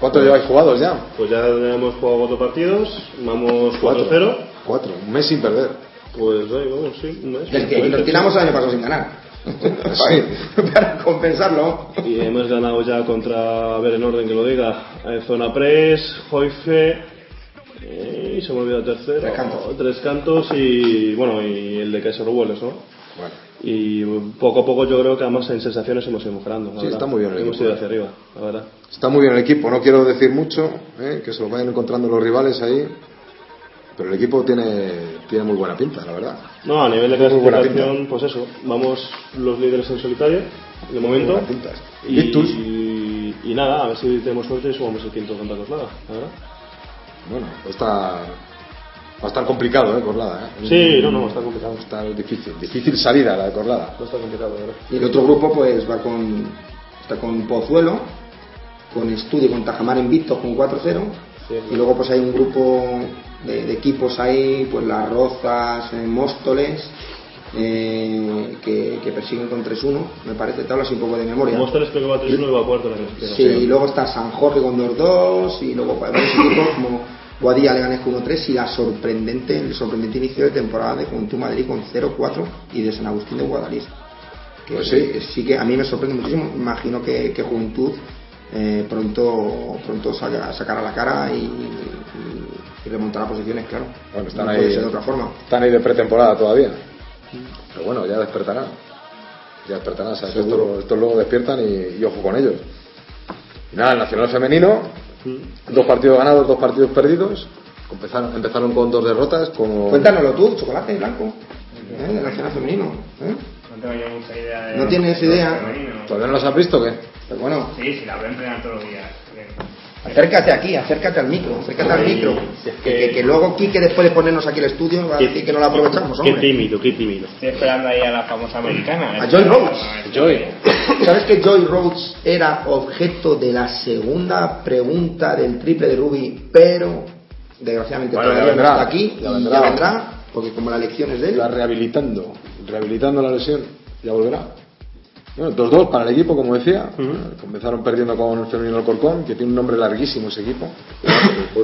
Speaker 1: ¿Cuántos lleváis jugados ya?
Speaker 3: Pues ya hemos jugado cuatro partidos, vamos 4-0.
Speaker 1: Cuatro. Un mes sin perder.
Speaker 3: Pues ahí vamos, sí, un mes.
Speaker 2: El que nos tiramos el año pasado sin ganar. Para, para compensarlo.
Speaker 3: Y hemos ganado ya contra, a ver en orden que lo diga, eh, Zona Press, Joife, eh, y se me olvidó el tercero.
Speaker 2: Tres Cantos.
Speaker 3: Tres Cantos y, bueno, y el de Kaiser Rueles, ¿no?
Speaker 1: Bueno,
Speaker 3: Y poco a poco yo creo que además en sensaciones hemos ido mejorando. la
Speaker 1: Sí,
Speaker 3: verdad.
Speaker 1: está muy bien el
Speaker 3: Hemos
Speaker 1: equipo,
Speaker 3: ido
Speaker 1: eh.
Speaker 3: hacia arriba, la verdad.
Speaker 1: está muy bien el equipo. No quiero decir mucho, ¿eh? que se los vayan encontrando los rivales ahí. Pero el equipo tiene, tiene muy buena pinta, la verdad.
Speaker 3: No, a nivel de
Speaker 1: Muy buena
Speaker 3: clasificación, pues eso, vamos los líderes en solitario, de momento.
Speaker 1: buena pinta. Virtus.
Speaker 3: Y, y nada, a ver si tenemos suerte y subamos el quinto contra Coslada, la verdad.
Speaker 1: Bueno, va a estar, va a estar complicado, ¿eh? Corlada. ¿eh?
Speaker 3: Sí, no, no, está complicado.
Speaker 1: Va a estar difícil. Difícil salida la de Corlada.
Speaker 3: No está complicado, la verdad.
Speaker 2: Y el otro grupo, pues va con. Está con Pozuelo, con Estudio, con Tajamar Invictos con 4-0.
Speaker 3: Sí.
Speaker 2: Y luego, pues hay un grupo de, de equipos ahí, pues Las Rozas, eh, Móstoles, eh, que, que persiguen con 3-1, me parece, te hablas un poco de memoria.
Speaker 3: Móstoles creo que va a 3-1 y va a este cuarto la clasificación.
Speaker 2: Sí, y luego está San Jorge con 2-2, y luego pues, varios equipos como Guadilla Leganés con 1-3, y la sorprendente, el sorprendente inicio de temporada de Juventud Madrid con 0-4 y de San Agustín de Guadalix. que
Speaker 1: Pues sí.
Speaker 2: Eh, sí que a mí me sorprende muchísimo. Imagino que, que Juventud eh, pronto pronto saca- sacará la cara y, y- y remontará posiciones, claro.
Speaker 1: Bueno, están
Speaker 2: no
Speaker 1: ahí.
Speaker 2: puede ser de otra forma.
Speaker 1: Están ahí de pretemporada todavía. Pero bueno, ya despertarán. Ya despertarán, ¿sabes? Estos, estos luego despiertan y, y ojo con ellos. Y nada, el Nacional Femenino, dos partidos ganados, dos partidos perdidos. Empezaron, empezaron con dos derrotas, como...
Speaker 2: Cuéntanoslo tú, chocolate blanco. ¿eh? Del nacional femenino. ¿eh?
Speaker 6: No tengo yo mucha idea de.
Speaker 2: No tienes
Speaker 6: de los
Speaker 2: idea.
Speaker 6: femeninos.
Speaker 1: ¿Todavía no las has visto o qué?
Speaker 2: Pero bueno,
Speaker 6: Sí, sí, la voy a entrenar todos los días.
Speaker 2: acércate aquí, acércate al micro, acércate al
Speaker 3: Ay,
Speaker 2: micro.
Speaker 3: si es
Speaker 2: que,
Speaker 3: que-
Speaker 2: que luego Quique, después de ponernos aquí el estudio, va a decir que no lo aprovechamos,
Speaker 3: Qué
Speaker 2: hombre.
Speaker 3: tímido, qué tímido.
Speaker 6: Estoy esperando ahí a la famosa americana.
Speaker 7: ¿eh?
Speaker 2: A Joy Rhodes.
Speaker 5: Joy.
Speaker 2: ¿Sabes que Joy Rhodes era objeto de la segunda pregunta del triple de Ruby, pero desgraciadamente
Speaker 1: Bueno, ya
Speaker 2: todavía no está
Speaker 1: vendrá,
Speaker 2: aquí?
Speaker 1: ya
Speaker 2: y
Speaker 1: vendrá.
Speaker 2: ya vendrá, porque como la lección es de él.
Speaker 1: La rehabilitando, rehabilitando la lesión, ya volverá. Bueno, 2-2 para el equipo, como decía. Comenzaron perdiendo con el Femenino Alcorcón, que tiene un nombre larguísimo ese equipo.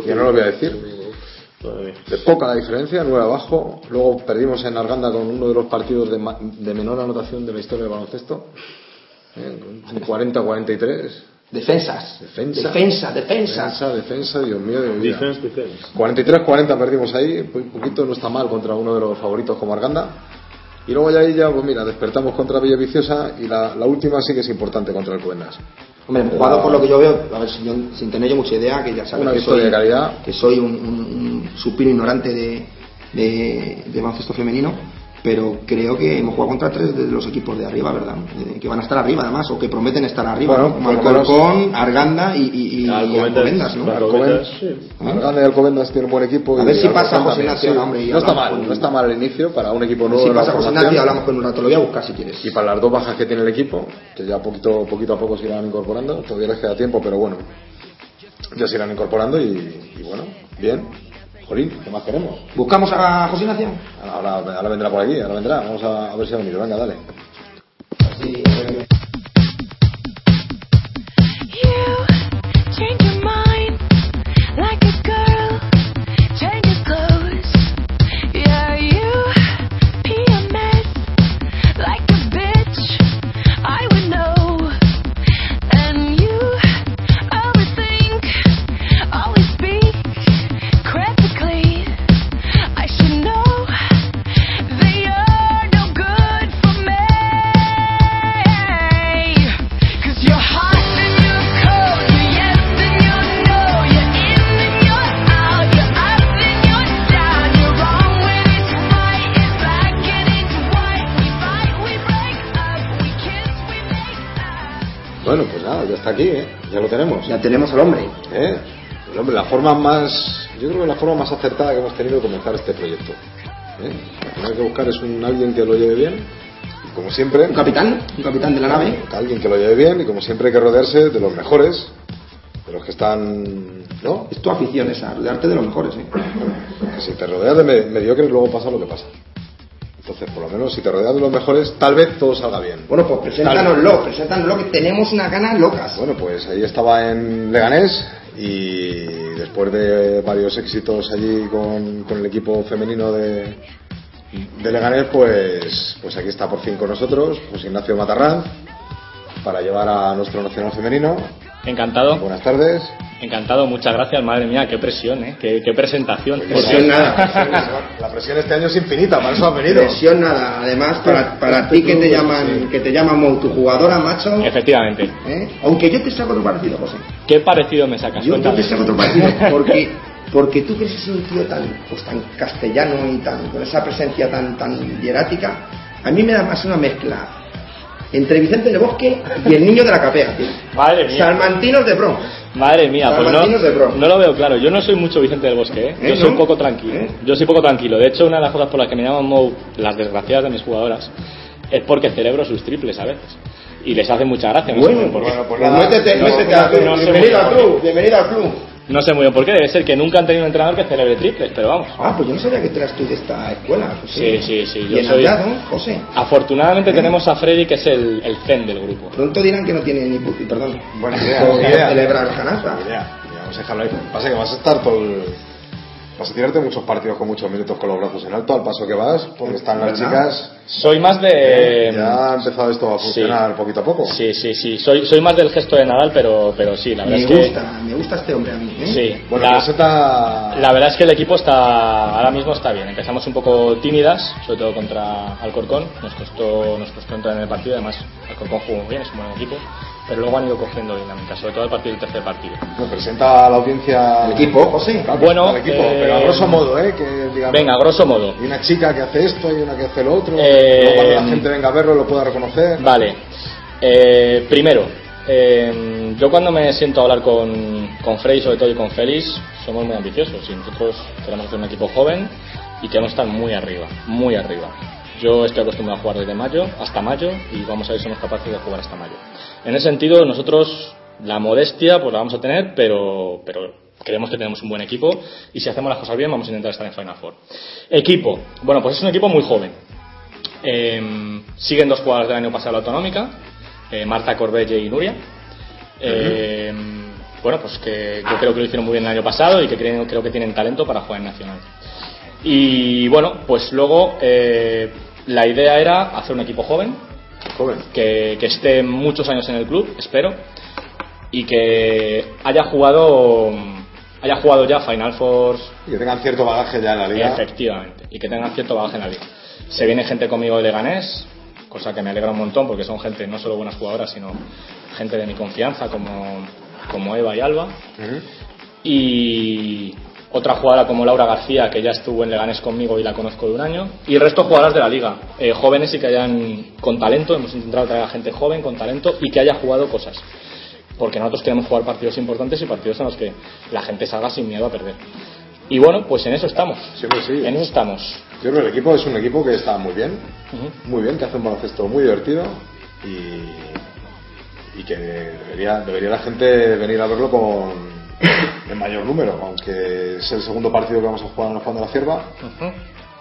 Speaker 1: que no lo voy a decir.
Speaker 3: Madre mía.
Speaker 1: de poca la diferencia, 9 abajo. Luego perdimos en Arganda con uno de los partidos de, ma- de menor anotación de la historia del baloncesto. ¿eh? con 40-43.
Speaker 2: Defensas.
Speaker 1: Defensa.
Speaker 2: Defensa, defensa.
Speaker 1: Defensa, defensa, Dios mío, Dios mío.
Speaker 3: Defense, defense.
Speaker 1: 43-40 perdimos ahí, un poquito no está mal contra uno de los favoritos como Arganda. Y luego ya ahí ya, pues mira, despertamos contra Villaviciosa y la, la última sí que es importante contra el Cuenas.
Speaker 2: Hombre,
Speaker 1: Pero-
Speaker 2: jugado por lo que yo veo, a ver, sin, sin tener yo mucha idea, que ya sabes
Speaker 1: Una
Speaker 2: que
Speaker 1: victoria
Speaker 2: soy,
Speaker 1: de calidad.
Speaker 2: que soy un, un, un supino ignorante de, de, de baloncesto femenino, pero creo que hemos jugado contra tres de los equipos de arriba, ¿verdad? Eh, que van a estar arriba, además, o que prometen estar arriba,
Speaker 1: Bueno,
Speaker 2: ¿no? como
Speaker 1: por lo menos-
Speaker 2: Alcorcón, Arganda y, y, y
Speaker 3: Alcobendas,
Speaker 2: Alcobendas, ¿no? ¿Ah?
Speaker 3: claro. Alcobendas, sí.
Speaker 1: Arganda y Alcobendas tienen un buen equipo.
Speaker 2: A
Speaker 1: y
Speaker 2: ver si pasa
Speaker 1: Alcorcón
Speaker 2: José
Speaker 1: también.
Speaker 2: Ignacio, hombre, y
Speaker 1: no está
Speaker 2: hablamos
Speaker 1: mal,
Speaker 2: con-
Speaker 1: no está mal el inicio para un equipo nuevo.
Speaker 2: Si
Speaker 1: de la
Speaker 2: pasa con
Speaker 1: formación.
Speaker 2: Nati, hablamos con un rato, lo voy a buscar si quieres.
Speaker 1: Y para las dos bajas que tiene el equipo, que ya poquito, poquito a poco se irán incorporando, todavía les queda tiempo, pero bueno, ya se irán incorporando y, y bueno, bien. Jolín, ¿qué más queremos?
Speaker 2: ¿Buscamos a José Ignacio?
Speaker 1: Ahora, ahora vendrá por aquí, ahora vendrá. Vamos a, a ver si ha venido. Venga, dale.
Speaker 2: Sí,
Speaker 8: You change your mind like a girl, change your clothes. Yeah, you pee a mess like a bitch. I would know. And you always think, always speak critically. I should know they are no good for me. 'Cause you're hot and you're cold, you're yes and you're no, you're in and you're out, you're up and you're down, you're wrong when it's right, it's black and it's white. We fight, we break up, we kiss, we make up.
Speaker 1: Bueno, pues nada, ya está aquí, ¿eh? Ya lo tenemos.
Speaker 2: ya tenemos al hombre.
Speaker 1: ¿eh? El hombre, la forma más. Yo creo que la forma más acertada que hemos tenido de comenzar este proyecto. ¿eh? Lo que hay que buscar es un alguien que lo lleve bien. y Como siempre.
Speaker 2: Un capitán, un capitán de la nave.
Speaker 1: Alguien que lo lleve bien y como siempre hay que rodearse de los mejores, de los que están. ¿No?
Speaker 2: Es tu afición esa, rodearte de los mejores, ¿eh?
Speaker 1: Que si te rodeas de me- mediocres, luego pasa lo que pasa. Entonces, por lo menos, si te rodeas de los mejores, tal vez todo salga bien.
Speaker 2: Bueno, pues preséntanoslo, preséntanoslo, que tenemos unas ganas locas.
Speaker 1: Bueno, pues ahí estaba en Leganés y después de varios éxitos allí con, con el equipo femenino de, de Leganés, pues, pues aquí está por fin con nosotros José Ignacio Matarranz para llevar a nuestro nacional femenino.
Speaker 7: Encantado,
Speaker 1: Buenas tardes.
Speaker 7: encantado, muchas gracias, madre mía, qué presión, ¿eh? qué, qué presentación.
Speaker 2: Por
Speaker 7: Porque-
Speaker 2: Presión nada,
Speaker 1: La presión este año es infinita, para eso has venido. Este
Speaker 2: presión nada. Además, para, para ti que te llaman, que te llaman Mou, tu jugadora, macho.
Speaker 7: Efectivamente.
Speaker 2: ¿eh? Aunque yo te saco otro partido, José.
Speaker 7: ¿Qué parecido me sacas?
Speaker 2: Yo yo
Speaker 7: Cuéntame.
Speaker 2: te saco otro partido porque, porque tú que eres un tío tan, pues, tan castellano y tan, con esa presencia tan, tan hierática, a mí me da más una mezcla entre Vicente del Bosque y el niño de la capea, tío.
Speaker 7: Madre mía.
Speaker 2: Salmantinos de Bronx.
Speaker 7: Madre mía, pues
Speaker 2: Salmantinos de Bronx.
Speaker 7: no, no lo veo claro. Yo no soy mucho Vicente del Bosque, ¿eh?
Speaker 2: ¿Eh,
Speaker 7: Yo soy
Speaker 2: no?
Speaker 7: un poco tranquilo.
Speaker 2: ¿Eh?
Speaker 7: Yo soy poco tranquilo. De hecho, una de las cosas por las que me llaman Mou las desgraciadas de mis jugadoras es porque celebro sus triples a veces. Y les hace mucha gracia. No, sé, muy bien por qué.
Speaker 1: pues nada,
Speaker 2: métete,
Speaker 1: no,
Speaker 2: métete
Speaker 1: no,
Speaker 2: al club.
Speaker 7: no sé
Speaker 2: bienvenido al
Speaker 7: mucho.
Speaker 2: club, bienvenido al club.
Speaker 7: no sé muy bien por qué. Debe ser que nunca han tenido un entrenador que celebre triples, pero vamos.
Speaker 2: Ah, pues yo no sabía que tú eras tú de esta escuela. Pues
Speaker 7: Sí, sí, sí, yo
Speaker 2: Bien
Speaker 7: soy-
Speaker 2: hallado, José.
Speaker 7: Afortunadamente
Speaker 2: ¿Eh?
Speaker 7: tenemos a Freddy, que es el, el zen del grupo.
Speaker 2: Pronto dirán que no tiene ni puta. Perdón.
Speaker 1: Buena idea,
Speaker 2: Como
Speaker 1: buena
Speaker 2: que
Speaker 1: idea.
Speaker 2: celebra la canasta.
Speaker 1: Ya, ya, vamos a dejarlo ahí. Pasa que vas a estar todo el, Vas a tirarte muchos partidos con muchos minutos con los brazos en alto al paso que vas, porque están las
Speaker 2: ¿Verdad?
Speaker 1: chicas.
Speaker 7: Soy más de. em,
Speaker 1: Eh, ya ha empezado esto a
Speaker 7: sí.
Speaker 1: funcionar poquito a poco.
Speaker 7: Sí, sí, sí. Soy, soy más del gesto de Nadal, pero, pero sí, la verdad
Speaker 2: Me
Speaker 7: es que.
Speaker 2: gusta, me gusta este hombre a mí, ¿eh?
Speaker 7: Sí.
Speaker 1: Bueno, pues
Speaker 7: la-
Speaker 1: Rosetta-
Speaker 7: La verdad es que el equipo está ahora mismo está bien. Empezamos un poco tímidas, sobre todo contra Alcorcón. Nos costó, nos costó entrar en el partido. Además, Alcorcón jugó muy bien, es un buen equipo. Pero luego han ido cogiendo dinámica, sobre todo el partido del tercer partido.
Speaker 1: Nos presenta a la audiencia.
Speaker 2: El equipo.
Speaker 1: José. Claro,
Speaker 7: Bueno,
Speaker 1: el equipo,
Speaker 7: eh,
Speaker 1: pero a grosso modo, ¿eh? Que, digamos,
Speaker 7: Venga, a grosso modo.
Speaker 1: Hay una chica que hace esto, hay una que hace lo otro.
Speaker 7: Eh,
Speaker 1: luego cuando la gente venga a verlo lo pueda reconocer.
Speaker 7: Vale. Eh, primero, eh, yo cuando me siento a hablar con, con Frey, sobre todo, y con Félix, somos muy ambiciosos y nosotros queremos hacer un equipo joven y queremos estar muy arriba, muy arriba. Yo estoy acostumbrado a jugar desde mayo hasta mayo y vamos a ver si somos capaces de jugar hasta mayo. En ese sentido, nosotros la modestia pues la vamos a tener, pero, pero creemos que tenemos un buen equipo y si hacemos las cosas bien vamos a intentar estar en Final Four. Equipo. Bueno, pues es un equipo muy joven. Eh, siguen dos jugadoras del año pasado la autonómica, eh, Marta Corbelle y Nuria. Eh, Bueno, pues que yo creo que lo hicieron muy bien el año pasado y que creo, creo que tienen talento para jugar en Nacional. Y bueno, pues luego eh, la idea era hacer un equipo joven,
Speaker 1: Joven.
Speaker 7: que, que esté muchos años en el club, espero, y que haya jugado, haya jugado ya Final Force,
Speaker 1: Y que tengan cierto bagaje ya en la liga.
Speaker 7: Efectivamente, y que tengan cierto bagaje en la liga. Se viene gente conmigo de Leganés, cosa que me alegra un montón porque son gente, no solo buenas jugadoras, sino gente de mi confianza como, como Eva y Alba.
Speaker 1: Ujú.
Speaker 7: Y otra jugadora como Laura García, que ya estuvo en Leganés conmigo y la conozco de un año. Y el resto jugadoras de la liga, eh, jóvenes y que hayan con talento, hemos intentado traer a gente joven con talento y que haya jugado cosas. Porque nosotros queremos jugar partidos importantes y partidos en los que la gente salga sin miedo a perder. Y bueno, pues en eso estamos.
Speaker 1: Sí, hombre, sí.
Speaker 7: En eso estamos.
Speaker 1: Yo creo que el equipo es un equipo que está muy bien,
Speaker 7: Ujú.
Speaker 1: muy bien, que hace un baloncesto muy divertido y, y que debería, debería la gente venir a verlo con en mayor número, aunque es el segundo partido que vamos a jugar en la Juan de la Cierva,
Speaker 7: Ujú.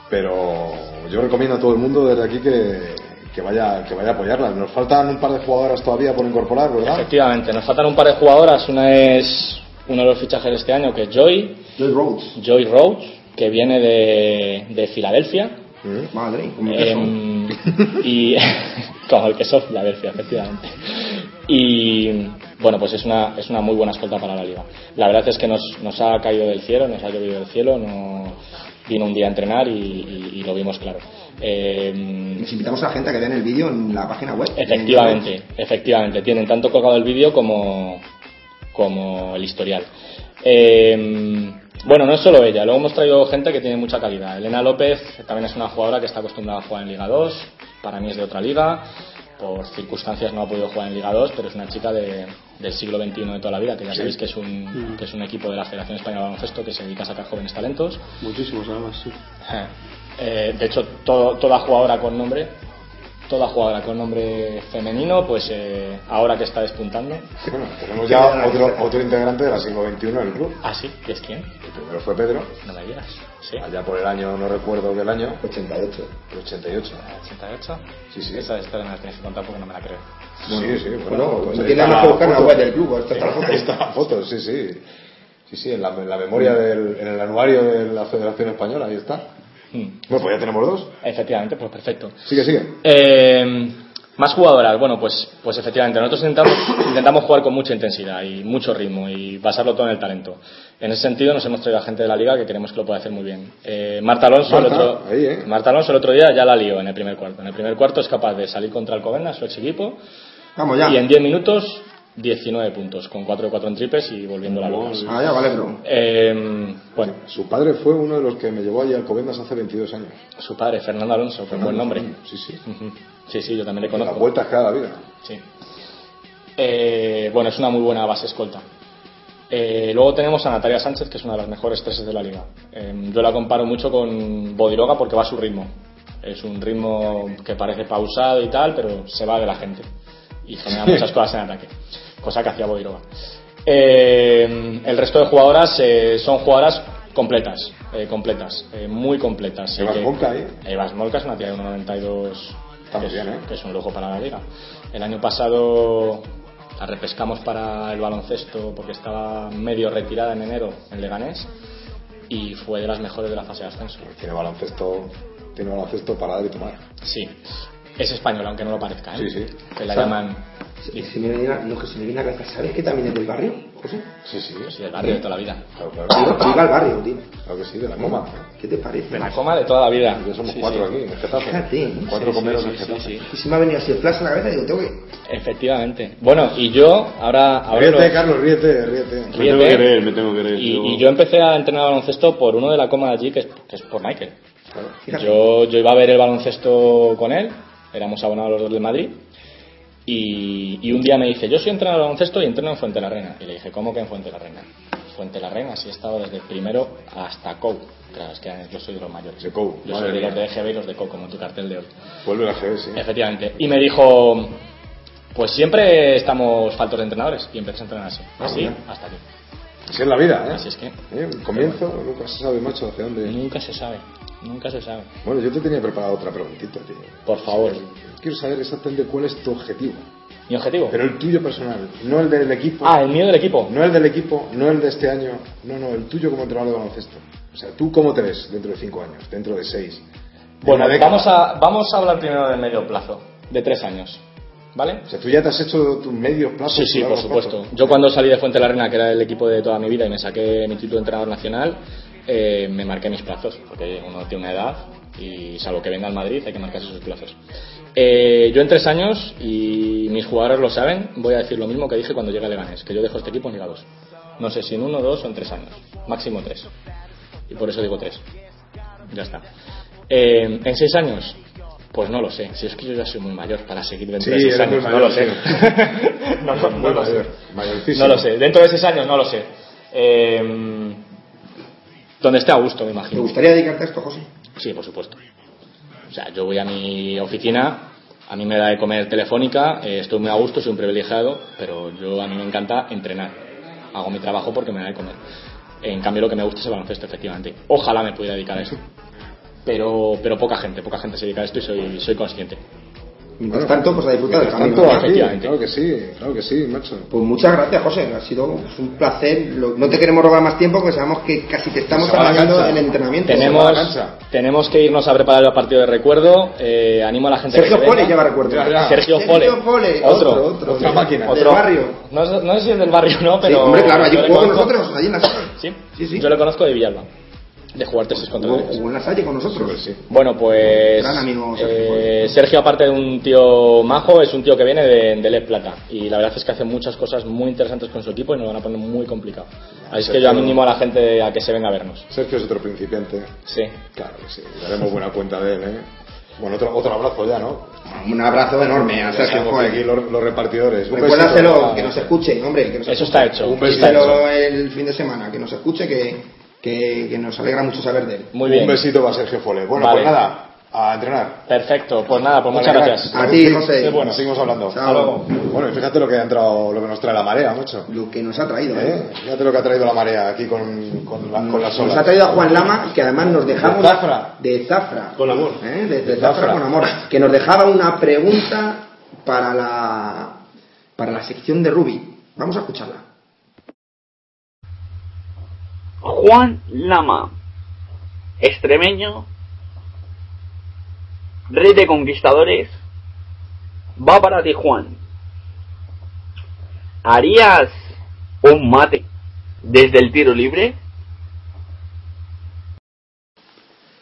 Speaker 1: pero yo recomiendo a todo el mundo desde aquí que, que vaya que vaya a apoyarla. Nos faltan un par de jugadoras todavía por incorporar, ¿verdad?
Speaker 7: Efectivamente, nos faltan un par de jugadoras. Una es uno de los fichajes de este año, que es Joy,
Speaker 2: Joy Rhodes.
Speaker 7: Joy Roach, que viene de, de Filadelfia.
Speaker 1: Mm.
Speaker 2: Madre, como que son.
Speaker 7: Em, y como el queso la Filadelfia, efectivamente. Y bueno, pues es una, es una muy buena escolta para la liga. La verdad es que nos, nos ha caído del cielo, nos ha llovido del cielo, no vino un día a entrenar y, y- y lo vimos claro. Em,
Speaker 2: Les invitamos a la gente a que vean el vídeo en la página web.
Speaker 7: Efectivamente, efectivamente. Tienen tanto colgado el vídeo como, como el historial. Eh, bueno, no es solo ella. Luego hemos traído gente que tiene mucha calidad. Elena López también es una jugadora que está acostumbrada a jugar en Liga 2. Para mí es de otra liga. Por circunstancias no ha podido jugar en Liga 2, pero es una chica de- del siglo XXI de toda la vida, que ya sabéis que es,
Speaker 2: Mm.
Speaker 7: un, que es un equipo de la Federación Española de Baloncesto que se dedica a sacar jóvenes talentos.
Speaker 3: Muchísimos, además, sí.
Speaker 7: Eh, de hecho, todo- toda jugadora con nombre, toda jugadora con nombre femenino, pues eh, ahora que está despuntando.
Speaker 1: Bueno, tenemos ya otro, otro integrante de la siglo XXI del club.
Speaker 7: Ah, sí, ¿que es quién?
Speaker 1: El primero fue Pedro,
Speaker 7: No me digas. Sí,
Speaker 1: allá por el año, no recuerdo qué el año,
Speaker 2: 88.
Speaker 1: el 88.
Speaker 7: Ah, 88.
Speaker 1: Sí, sí.
Speaker 7: Esa historia me la tienes que contar porque no me la creo.
Speaker 1: sí, sí,
Speaker 2: Bueno,
Speaker 1: pues
Speaker 2: no
Speaker 1: ahí
Speaker 2: tiene
Speaker 1: está
Speaker 2: nada más que buscar en la
Speaker 1: foto.
Speaker 2: web del club. Esta está la foto.
Speaker 1: Ahí está la foto, sí, sí. Sí, sí, en la, en la memoria, del, en el anuario de la Federación Española, ahí está.
Speaker 7: Mm,
Speaker 1: Bueno, pues ya tenemos dos.
Speaker 7: Efectivamente, pues perfecto.
Speaker 1: Sigue, sigue.
Speaker 7: Eh, más jugadoras, bueno, pues, pues efectivamente, nosotros intentamos, intentamos jugar con mucha intensidad y mucho ritmo y basarlo todo en el talento. En ese sentido nos hemos traído a gente de la liga que queremos que lo pueda hacer muy bien. Eh, Marta, Alonso, el
Speaker 1: Marta,
Speaker 7: otro,
Speaker 1: ahí, ¿eh?
Speaker 7: Marta Alonso el otro día ya la lió en el primer cuarto. En el primer cuarto es capaz de salir contra el Covenna, su ex equipo,
Speaker 2: Vamos ya.
Speaker 7: y en 10 minutos 19 puntos, con 4 de 4 en triples y volviendo a Lucas.
Speaker 2: Ah, ya, vale, bro.
Speaker 7: Eh, bueno,
Speaker 1: Su padre fue uno de los que me llevó allí al Covendas hace 22 años.
Speaker 7: su padre, Fernando Alonso, con buen nombre.
Speaker 1: Sí, sí.
Speaker 7: Ujú. Sí, sí, yo también le
Speaker 1: Las
Speaker 7: conozco.
Speaker 1: vueltas cada vida.
Speaker 7: Sí. Eh, bueno, es una muy buena base escolta. Eh, luego tenemos a Natalia Sánchez, que es una de las mejores treses de la liga. Eh, yo la comparo mucho con Bodiroga porque va a su ritmo. Es un ritmo que parece pausado y tal, pero se va de la gente. Y genera muchas cosas en ataque. Cosa que hacía Bodiroga. Eh, el resto de jugadoras eh, son jugadoras completas, eh, completas, eh, muy completas.
Speaker 1: Eva
Speaker 7: Eh, que-
Speaker 1: Smolka, ¿eh?
Speaker 7: Eva Smolka es una tía de 1,92
Speaker 1: Está muy
Speaker 7: que,
Speaker 1: bien,
Speaker 7: es,
Speaker 1: ¿eh?
Speaker 7: que es un lujo para la liga. El año pasado la repescamos para el baloncesto porque estaba medio retirada en enero en Leganés y fue de las mejores de la fase de ascenso.
Speaker 1: Tiene baloncesto, tiene baloncesto para dar y tomar.
Speaker 7: Sí, es español, aunque no lo parezca. ¿eh?
Speaker 1: Sí, sí.
Speaker 7: Que la
Speaker 2: O sea,
Speaker 7: llaman.
Speaker 2: Si, si me viene a- no, que si me viene a casa, ¿sabes que también es del barrio, José?
Speaker 1: Sí, sí.
Speaker 7: Sí, del barrio de toda la vida.
Speaker 1: Claro,
Speaker 2: Viva,
Speaker 1: claro.
Speaker 2: viva el barrio, tío.
Speaker 1: Claro que sí, de la coma.
Speaker 2: ¿Qué te parece?
Speaker 7: De la coma de toda la vida.
Speaker 1: Ya somos
Speaker 7: Sí,
Speaker 1: cuatro
Speaker 7: sí.
Speaker 1: aquí, en el Getafe.
Speaker 2: Fíjate, ¿eh?
Speaker 1: Cuatro
Speaker 7: Sí,
Speaker 1: comeros
Speaker 7: sí,
Speaker 1: en el
Speaker 7: sí,
Speaker 1: Getafe.
Speaker 7: sí, sí.
Speaker 2: Y si me ha venido así el flash a la cabeza, digo, tengo que.
Speaker 7: Efectivamente. Bueno, y yo ahora. ahora
Speaker 1: Ríete,
Speaker 7: los-
Speaker 1: Carlos, ríete, ríete.
Speaker 7: Ríete.
Speaker 3: Me tengo que creer, me tengo que creer.
Speaker 7: Y, y yo empecé a entrenar baloncesto por uno de la coma de allí, que es, que es por Michael.
Speaker 1: Claro.
Speaker 2: Fíjate.
Speaker 7: Yo, yo iba a ver el baloncesto con él, éramos abonados los dos de Madrid, y, y un día me dice, yo soy entrenador de baloncesto y entreno en Fuente la Reina. Y le dije, ¿cómo que en Fuente la Reina? Fuente la Reina, sí he estado desde primero hasta COU. Claro, es que yo soy de los mayores.
Speaker 1: De COU,
Speaker 7: Yo
Speaker 1: madre
Speaker 7: soy de los
Speaker 1: mía.
Speaker 7: de EGB y los de COU, como en tu cartel de hoy.
Speaker 1: Vuelve a GB, sí.
Speaker 7: Efectivamente. Y me dijo, pues siempre estamos faltos de entrenadores. Y empecé a entrenar así.
Speaker 1: Ah,
Speaker 7: Así,
Speaker 1: bien.
Speaker 7: hasta aquí.
Speaker 1: Así es la vida, ¿eh?
Speaker 7: Así es que
Speaker 1: ¿Eh? Comienzo, nunca se sabe, macho, hacia dónde.
Speaker 7: nunca se sabe, nunca se sabe.
Speaker 1: Bueno, yo te tenía preparada otra preguntita, tío. eh,
Speaker 7: Por favor.
Speaker 1: Quiero saber exactamente cuál es tu objetivo.
Speaker 7: Mi objetivo.
Speaker 1: Pero el tuyo personal, no el del equipo.
Speaker 7: Ah, el mío del equipo.
Speaker 1: No el del equipo, no el de este año, no, no, el tuyo como entrenador de baloncesto. O sea, tú cómo te ves dentro de cinco años, dentro de seis. de
Speaker 7: Bueno,
Speaker 1: una década?
Speaker 7: vamos a, vamos a hablar primero del medio plazo, de tres años, ¿vale?
Speaker 1: O sea, tú ya te has hecho tus medios plazos.
Speaker 7: Sí, sí, por supuesto. Yo cuando salí de Fuente la Reina, que era el equipo de toda mi vida, y me saqué mi título de entrenador nacional, eh, me marqué mis plazos, porque uno tiene una edad y salvo que venga al Madrid hay que marcarse sus plazos. Eh, yo en tres años, y mis jugadores lo saben, voy a decir lo mismo que dije cuando llegué a Leganés, que yo dejo este equipo en Liga 2. No sé si en uno, dos o en tres años, máximo tres. Y por eso digo tres. Ya está. Eh, ¿En seis años? Pues no lo sé. Si es que yo ya soy muy mayor para seguir dentro de
Speaker 1: Sí,
Speaker 7: seis
Speaker 1: eres
Speaker 7: años.
Speaker 1: muy
Speaker 7: no lo
Speaker 1: mayor,
Speaker 7: sé. no, no, no
Speaker 1: Muy
Speaker 7: lo sé.
Speaker 1: mayor, mayorcísimo.
Speaker 7: No lo sé. Dentro de seis años no lo sé. Eh, donde esté a gusto, me
Speaker 2: ¿Te
Speaker 7: imagino.
Speaker 2: gustaría dedicarte a esto, José?
Speaker 7: Sí, por supuesto. O sea, yo voy a mi oficina, a mí me da de comer telefónica, eh, estoy muy a gusto, soy un privilegiado, pero yo a mí me encanta entrenar. Hago mi trabajo porque me da de comer. En cambio, lo que me gusta es el baloncesto, efectivamente. Ojalá me pudiera dedicar a eso. Pero, pero poca gente, poca gente se dedica a esto y soy, soy consciente.
Speaker 2: Mientras tanto, pues a disfrutar del
Speaker 1: Mientras
Speaker 2: camino.
Speaker 1: tanto, aquí,
Speaker 7: efectivamente.
Speaker 1: claro que sí, claro que sí, macho.
Speaker 2: Pues muchas gracias, José. Ha sido pues, un placer. Lo- No te queremos robar más tiempo porque sabemos que casi te estamos
Speaker 1: Se va la
Speaker 2: hablando
Speaker 1: cancha.
Speaker 2: en el entrenamiento.
Speaker 1: va
Speaker 7: Tenemos,
Speaker 1: la cancha.
Speaker 7: tenemos que irnos a preparar el partido de recuerdo. Eh, animo a la gente
Speaker 2: Sergio
Speaker 7: que se
Speaker 2: Pole
Speaker 7: venga.
Speaker 2: lleva recuerdo.
Speaker 1: Ya, ya.
Speaker 7: Sergio Pole.
Speaker 2: Pole.
Speaker 7: Otro.
Speaker 2: Otro,
Speaker 1: Otra máquina.
Speaker 2: Del
Speaker 7: Otro.
Speaker 2: barrio.
Speaker 7: No, sé- no sé si es del barrio no, pero.
Speaker 2: sí, hombre, claro, allí
Speaker 7: yo le
Speaker 2: jugó con
Speaker 7: conozco-
Speaker 2: nosotros, allí en la sala.
Speaker 7: ¿Sí?
Speaker 2: Sí, sí.
Speaker 7: Yo lo conozco de Villalba. De jugar tesis contra
Speaker 2: Jugó,
Speaker 7: tres.
Speaker 2: jugó en la salle con nosotros.
Speaker 1: Sí, sí.
Speaker 7: Bueno, pues.
Speaker 2: Gran amigo,
Speaker 7: eh,
Speaker 2: Sergio
Speaker 7: Sergio,
Speaker 2: Polo.
Speaker 7: aparte de un tío majo, es un tío que viene de, de Les Plata. Y la verdad es que hace muchas cosas muy interesantes con su equipo y nos lo van a poner muy complicado. Así Ah, es que yo
Speaker 1: Sergio-
Speaker 7: animo a la gente a que se venga a vernos.
Speaker 1: Sergio es otro principiante.
Speaker 7: Sí.
Speaker 1: Claro que sí, daremos buena cuenta de él, ¿eh? Bueno, otro, otro abrazo ya, ¿no?
Speaker 2: Un abrazo enorme a
Speaker 1: Ya
Speaker 2: Sergio
Speaker 1: estamos
Speaker 2: Pole.
Speaker 1: aquí los, los repartidores. Un besito.
Speaker 2: Recuérdaselo, que nos escuche, hombre. Que nos
Speaker 7: Eso
Speaker 2: escuche.
Speaker 7: está hecho.
Speaker 1: Un beso.
Speaker 7: Está hecho.
Speaker 2: Díselo el fin de semana, que nos escuche, que, que, que nos alegra mucho saber de él.
Speaker 7: Muy bien.
Speaker 1: Un besito para Sergio Fole. Bueno,
Speaker 7: Vale.
Speaker 1: pues nada, a entrenar.
Speaker 7: Perfecto. Pues nada, pues
Speaker 1: Vale,
Speaker 7: muchas gracias.
Speaker 2: A ti, José.
Speaker 1: Qué bueno, seguimos hablando.
Speaker 2: Hasta luego.
Speaker 1: Bueno, y fíjate lo que ha entrado, lo que nos trae la marea, mucho.
Speaker 2: Lo que nos ha traído. ¿eh?
Speaker 1: ¿Eh? Fíjate lo que ha traído la marea aquí con, con, la, con las
Speaker 2: Nos
Speaker 1: olas.
Speaker 2: ha traído a Juan Lama, que además nos dejaba.
Speaker 1: De
Speaker 2: una-
Speaker 1: Zafra.
Speaker 2: De Zafra.
Speaker 3: Con amor.
Speaker 2: ¿eh? De, de
Speaker 1: De
Speaker 2: Zafra,
Speaker 1: Zafra.
Speaker 2: con amor. Que nos dejaba una pregunta para la, para la sección de Ruby. Vamos a escucharla.
Speaker 4: Juan Lama, extremeño, rey de conquistadores, va para ti Juan. ¿Harías un mate desde el tiro libre?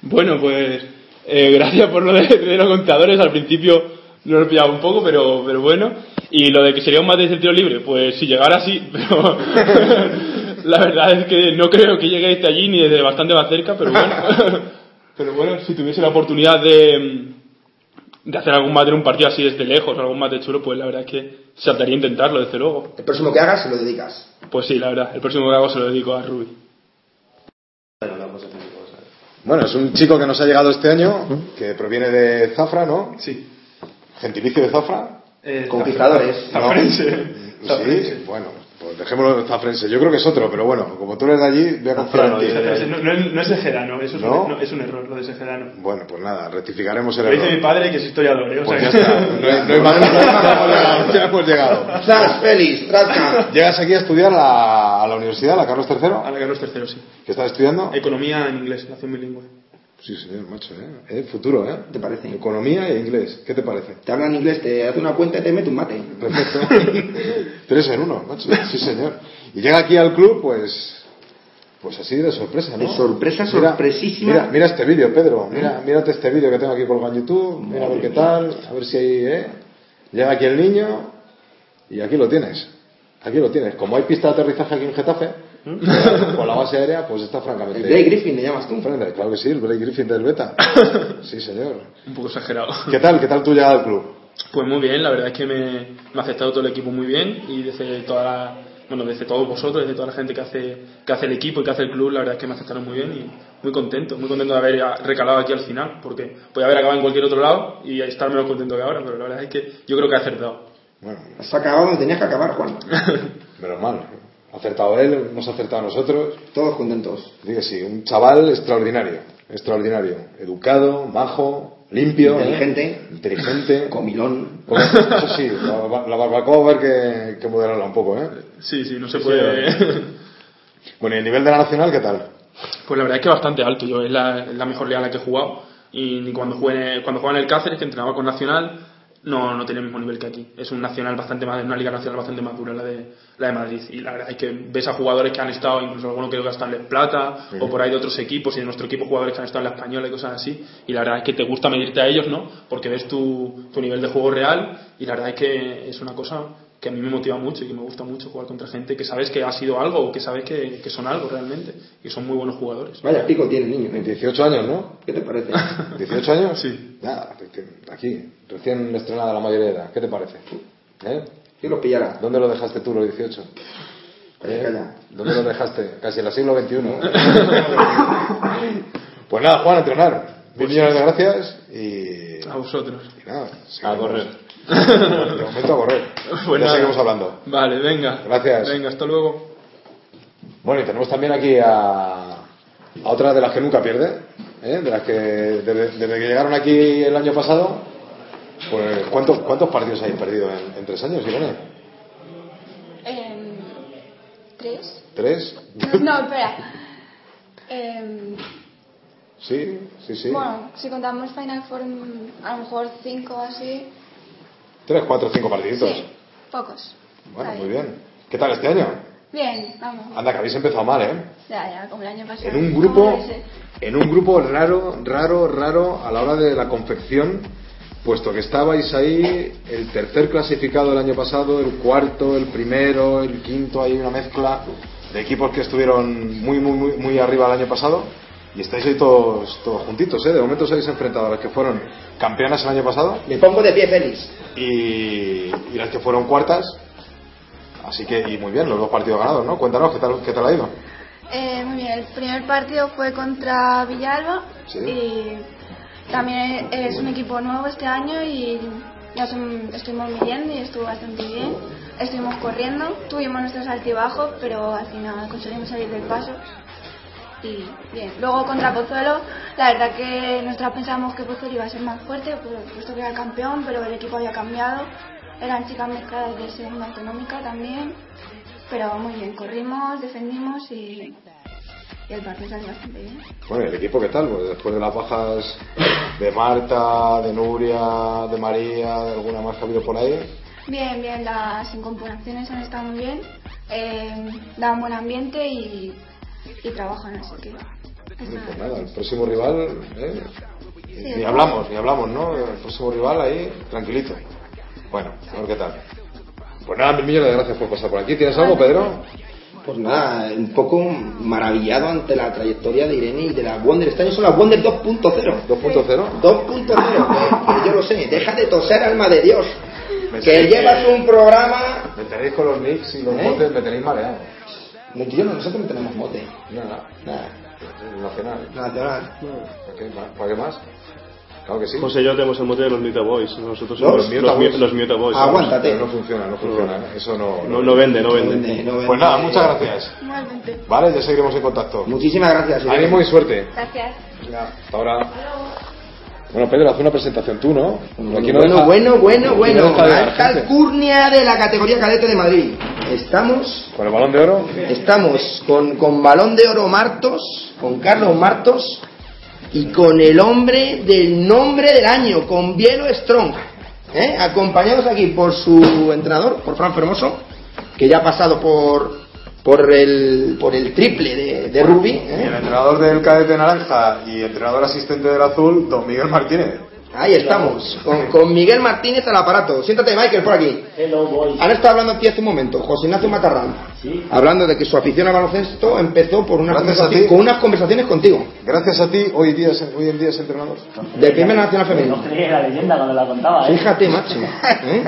Speaker 9: Bueno, pues eh, gracias por lo de, de los contadores. Al principio no lo pillaba un poco, pero, pero bueno. Y lo de que sería un mate de tiro libre, pues si llegara sí, pero la verdad es que no creo que llegue hasta allí ni desde bastante más cerca, pero bueno. pero bueno, si tuviese la oportunidad de, de hacer algún mate en un partido así desde lejos, algún mate chulo, pues la verdad es que se ataría a intentarlo, desde luego.
Speaker 2: El próximo que hagas se lo dedicas.
Speaker 9: Pues sí, la verdad, el próximo que hago se lo dedico a Ruby.
Speaker 1: Bueno, es un chico que nos ha llegado este año, que proviene de Zafra, ¿no?
Speaker 9: Sí.
Speaker 10: Eh,
Speaker 1: Gentilicio de Zafra.
Speaker 2: Conquistadores.
Speaker 1: No. Sí, bueno, Pues dejémoslo en Zafrense. Yo creo que es otro, pero bueno, como tú eres de allí, voy a confiar en
Speaker 3: Zafrano,
Speaker 1: ti.
Speaker 3: dice.
Speaker 10: No, no- no es Segerano, eso es, un- er-,
Speaker 1: ¿No?
Speaker 10: no, es un error, lo de Segerano.
Speaker 1: Bueno, pues nada, rectificaremos el
Speaker 10: Lo dice mi
Speaker 1: error.
Speaker 10: padre que es historiador, ¿eh? O
Speaker 1: Pues ya
Speaker 10: sea,
Speaker 1: está. No hay, no hay más problema, ya hemos llegado.
Speaker 2: ¡Zas, Félix! ¡Trasca!
Speaker 1: Llegas aquí a estudiar a la, a la universidad, a la Carlos
Speaker 10: a
Speaker 1: III,
Speaker 10: la Carlos III, sí.
Speaker 1: que estás estudiando.
Speaker 10: Economía en inglés, nación bilingüe.
Speaker 1: Sí, señor, macho, ¿eh? Eh, Futuro, ¿eh?
Speaker 2: ¿Te parece?
Speaker 1: Economía e inglés, ¿qué te parece?
Speaker 2: Te hablan inglés, te hace una cuenta y te mete un mate.
Speaker 1: Perfecto. Tres en uno, macho, sí, señor. Y llega aquí al club, pues. Pues así de sorpresa, ¿no?
Speaker 2: De sorpresa,
Speaker 1: Mira,
Speaker 2: sorpresísima.
Speaker 1: Mira, mira este vídeo, Pedro.
Speaker 2: ¿Eh?
Speaker 1: Mira, mírate este vídeo que tengo aquí colgado en YouTube. Mira a ver qué tal, a ver si hay, ¿eh? Llega aquí el niño y aquí lo tienes. Aquí lo tienes. Como hay pista de aterrizaje aquí en Getafe, ¿Mm? con la base aérea, pues está francamente.
Speaker 2: El Blake Griffin le llamas tú.
Speaker 1: Francamente, Claro que sí, el Blake Griffin del Beta. Sí, señor.
Speaker 10: Un poco exagerado.
Speaker 1: ¿Qué tal? ¿Qué tal tu llegada al club?
Speaker 10: Pues muy bien, la verdad es que me, me ha aceptado todo el equipo muy bien y desde toda la, bueno, desde todos vosotros, desde toda la gente que hace, que hace el equipo y que hace el club, la verdad es que me aceptaron muy bien y muy contento, muy contento de haber ya recalado aquí al final, porque podía haber acabado en cualquier otro lado y estar menos contento que ahora, pero la verdad es que yo creo que he acertado.
Speaker 1: Bueno,
Speaker 2: Has acabado donde tenías que acabar, Juan.
Speaker 1: menos mal. Ha acertado él, hemos acertado nosotros.
Speaker 2: Todos contentos.
Speaker 1: Digo, sí, un chaval extraordinario. Extraordinario. Educado, majo, limpio. ¿eh?
Speaker 2: Inteligente.
Speaker 1: Inteligente.
Speaker 2: Comilón.
Speaker 1: Bueno, Eso sí, la, ba- la barbacoa va a haber que, que moderarla un poco, ¿eh?
Speaker 10: Sí, sí, no se
Speaker 1: Sí,
Speaker 10: puede.
Speaker 1: Bueno, ¿y el nivel de la nacional qué tal?
Speaker 10: Pues la verdad es que bastante alto, yo es la, es la mejor liga en la que he jugado y ni cuando jugué, cuando jugaba en el Cáceres, que entrenaba con Nacional, no, no tenía el mismo nivel que aquí. Es un Nacional bastante más, una liga nacional bastante más dura la de, la de Madrid y la verdad es que ves a jugadores que han estado, incluso algunos creo que hasta en Les Plata o por ahí de otros equipos y de nuestro equipo jugadores que han estado en la Española y cosas así y la verdad es que te gusta medirte a ellos, ¿no? Porque ves tu, tu nivel de juego real y la verdad es que es una cosa que a mí me motiva mucho y que me gusta mucho jugar contra gente que sabes que ha sido algo o que sabes que, que son algo realmente y son muy buenos jugadores.
Speaker 2: Vaya pico tiene el niño. ¿eh?
Speaker 1: 18 años, ¿no?
Speaker 2: ¿Qué te parece?
Speaker 1: 18 años.
Speaker 10: Sí.
Speaker 1: Nada, te- te- aquí, recién estrenada la mayoría de edad. ¿Qué te parece? ¿Eh?
Speaker 2: Yo lo pillara.
Speaker 1: ¿Dónde lo dejaste tú los 18?
Speaker 2: Calla, calla.
Speaker 1: ¿Dónde lo dejaste? Casi en el siglo XXI. pues nada, Juan, a entrenar. Mil millones de gracias y,
Speaker 10: A vosotros.
Speaker 1: eh, y nada. seguimos.
Speaker 7: A correr.
Speaker 1: De momento a correr.
Speaker 10: Pues
Speaker 1: ya
Speaker 10: nada.
Speaker 1: seguimos hablando.
Speaker 10: Vale, venga.
Speaker 1: Gracias.
Speaker 10: Venga, hasta luego.
Speaker 1: Bueno, y tenemos también aquí a, a otra de las que nunca pierde, ¿eh? de las que desde, desde que llegaron aquí el año pasado, pues ¿cuántos, cuántos partidos habéis perdido en, en tres años, Irene?
Speaker 8: Em, ¿Tres?
Speaker 1: ¿Tres?
Speaker 8: No, espera. Em,
Speaker 1: Sí, sí, sí.
Speaker 8: Bueno, si contamos Final Four, mm, a lo mejor cinco o así.
Speaker 1: Tres, cuatro, cinco partiditos.
Speaker 8: Sí, pocos.
Speaker 1: Bueno,
Speaker 8: Está
Speaker 1: muy bien. ¿Qué tal este año?
Speaker 8: Bien, vamos.
Speaker 1: Anda, que habéis empezado mal, ¿eh?
Speaker 8: Ya, ya, como el año pasado.
Speaker 1: En un grupo,
Speaker 8: Como ese.
Speaker 1: en un grupo raro, raro, raro a la hora de la confección, puesto que estabais ahí el tercer clasificado del año pasado, el cuarto, el primero, el quinto, hay una mezcla de equipos que estuvieron muy, muy, muy, muy arriba el año pasado y estáis ahí todos, todos juntitos, ¿eh? De momento os habéis enfrentado a las que fueron campeonas el año pasado
Speaker 2: Me pongo de pie, Félix.
Speaker 1: y, y las que fueron cuartas. Así que, y muy bien, los dos partidos ganados, ¿no? Cuéntanos, ¿qué tal, qué tal ha ido?
Speaker 8: Eh, muy bien, el primer partido fue contra Villalba
Speaker 1: Sí.
Speaker 8: y también es un equipo nuevo este año y nos mm, estuvimos midiendo y estuvo bastante bien. Estuvimos corriendo, tuvimos nuestros altibajos, pero al final conseguimos salir del paso. Y bien, luego contra Pozuelo, la verdad que nosotros pensamos que Pozuelo iba a ser más fuerte, por- puesto que era el campeón, pero el equipo había cambiado. Eran chicas mezcladas de segunda autonómica también, pero muy bien, corrimos, defendimos y, y el partido salió bastante bien.
Speaker 1: Bueno, ¿y el equipo qué tal? Pues después de las bajas de Marta, de Nuria, de María, de alguna más que ha habido por ahí.
Speaker 8: Bien, bien, las incorporaciones han estado muy bien, eh, dan buen ambiente y, y trabajan, así que...
Speaker 1: Bueno, Pues
Speaker 8: está-
Speaker 1: nada, el próximo rival, ¿eh?
Speaker 8: Sí.
Speaker 1: Ni hablamos, ni hablamos, ¿no? El próximo rival ahí, tranquilito. Bueno, a ver qué tal. Pues nada, mil millones de gracias por pasar por aquí. ¿Tienes algo, Pedro?
Speaker 2: Pues nada, un poco maravillado ante la trayectoria de Irene y de las Wonder. Este año son las Wonder 2.0.
Speaker 1: 2.0.
Speaker 2: 2.0, que, que Pues yo lo sé. Deja de toser, alma de Dios.
Speaker 1: Me
Speaker 2: Que
Speaker 1: siento-
Speaker 2: llevas un programa...
Speaker 1: Me tenéis con los Knicks y los
Speaker 2: ¿Eh?
Speaker 1: botes, me tenéis mareado.
Speaker 2: No, tío, nosotros no tenemos mote.
Speaker 1: Nada,
Speaker 2: Nada,
Speaker 1: el nacional.
Speaker 2: nacional.
Speaker 1: ¿Para qué más? ¿Para qué más? Claro que sí.
Speaker 3: José y yo tenemos el mote de los Mita Boys. Nosotros
Speaker 1: No,
Speaker 3: somos
Speaker 1: los Miota
Speaker 3: mi-
Speaker 1: Boys.
Speaker 3: los Miota Boys.
Speaker 2: Aguanta.
Speaker 1: Pero no funciona, no funciona. ¿eh? Eso no,
Speaker 3: No, no vende, no vende.
Speaker 2: No vende.
Speaker 1: Pues nada, muchas gracias.
Speaker 8: Igualmente.
Speaker 1: Vale, ya seguiremos en contacto.
Speaker 2: Muchísimas gracias. Irene.
Speaker 1: Ánimo y suerte.
Speaker 8: Gracias.
Speaker 1: Hasta ahora. Bueno, Pedro, haz una presentación tú, ¿no? Aquí no
Speaker 2: bueno,
Speaker 1: deja-
Speaker 2: bueno,
Speaker 1: aquí
Speaker 2: bueno,
Speaker 1: no
Speaker 2: bueno,
Speaker 1: deja de dar
Speaker 2: Marca
Speaker 1: gente.
Speaker 2: Alcurnia de la categoría cadete de Madrid. Estamos,
Speaker 1: Con el balón de oro.
Speaker 2: estamos con, con Balón de Oro Martos, con Carlos Martos y con el hombre del nombre del año, con Bielo Strong. ¿eh? Acompañados aquí por su entrenador, por Fran Fermoso, que ya ha pasado por por el por el triple de, de rugby.
Speaker 1: Y el
Speaker 2: ¿eh?
Speaker 1: entrenador del cadete naranja y entrenador asistente del azul, don Miguel Martínez.
Speaker 2: Ahí estamos, con, con Miguel Martínez al aparato. Siéntate, Michael, por aquí.
Speaker 7: Hello, boys.
Speaker 2: Ahora está hablando aquí hace un momento, José Ignacio Matarrán,
Speaker 7: Sí.
Speaker 2: hablando de que su afición al baloncesto empezó por unas
Speaker 1: Gracias a
Speaker 2: conversaciones,
Speaker 1: ti.
Speaker 2: con unas conversaciones contigo,
Speaker 1: Gracias a ti, hoy, día, es- hoy en día es entrenador.
Speaker 2: del primer nacional
Speaker 7: No
Speaker 2: femenino.
Speaker 7: creía la leyenda cuando la contaba, ¿eh?
Speaker 2: Fíjate, macho. ¿eh?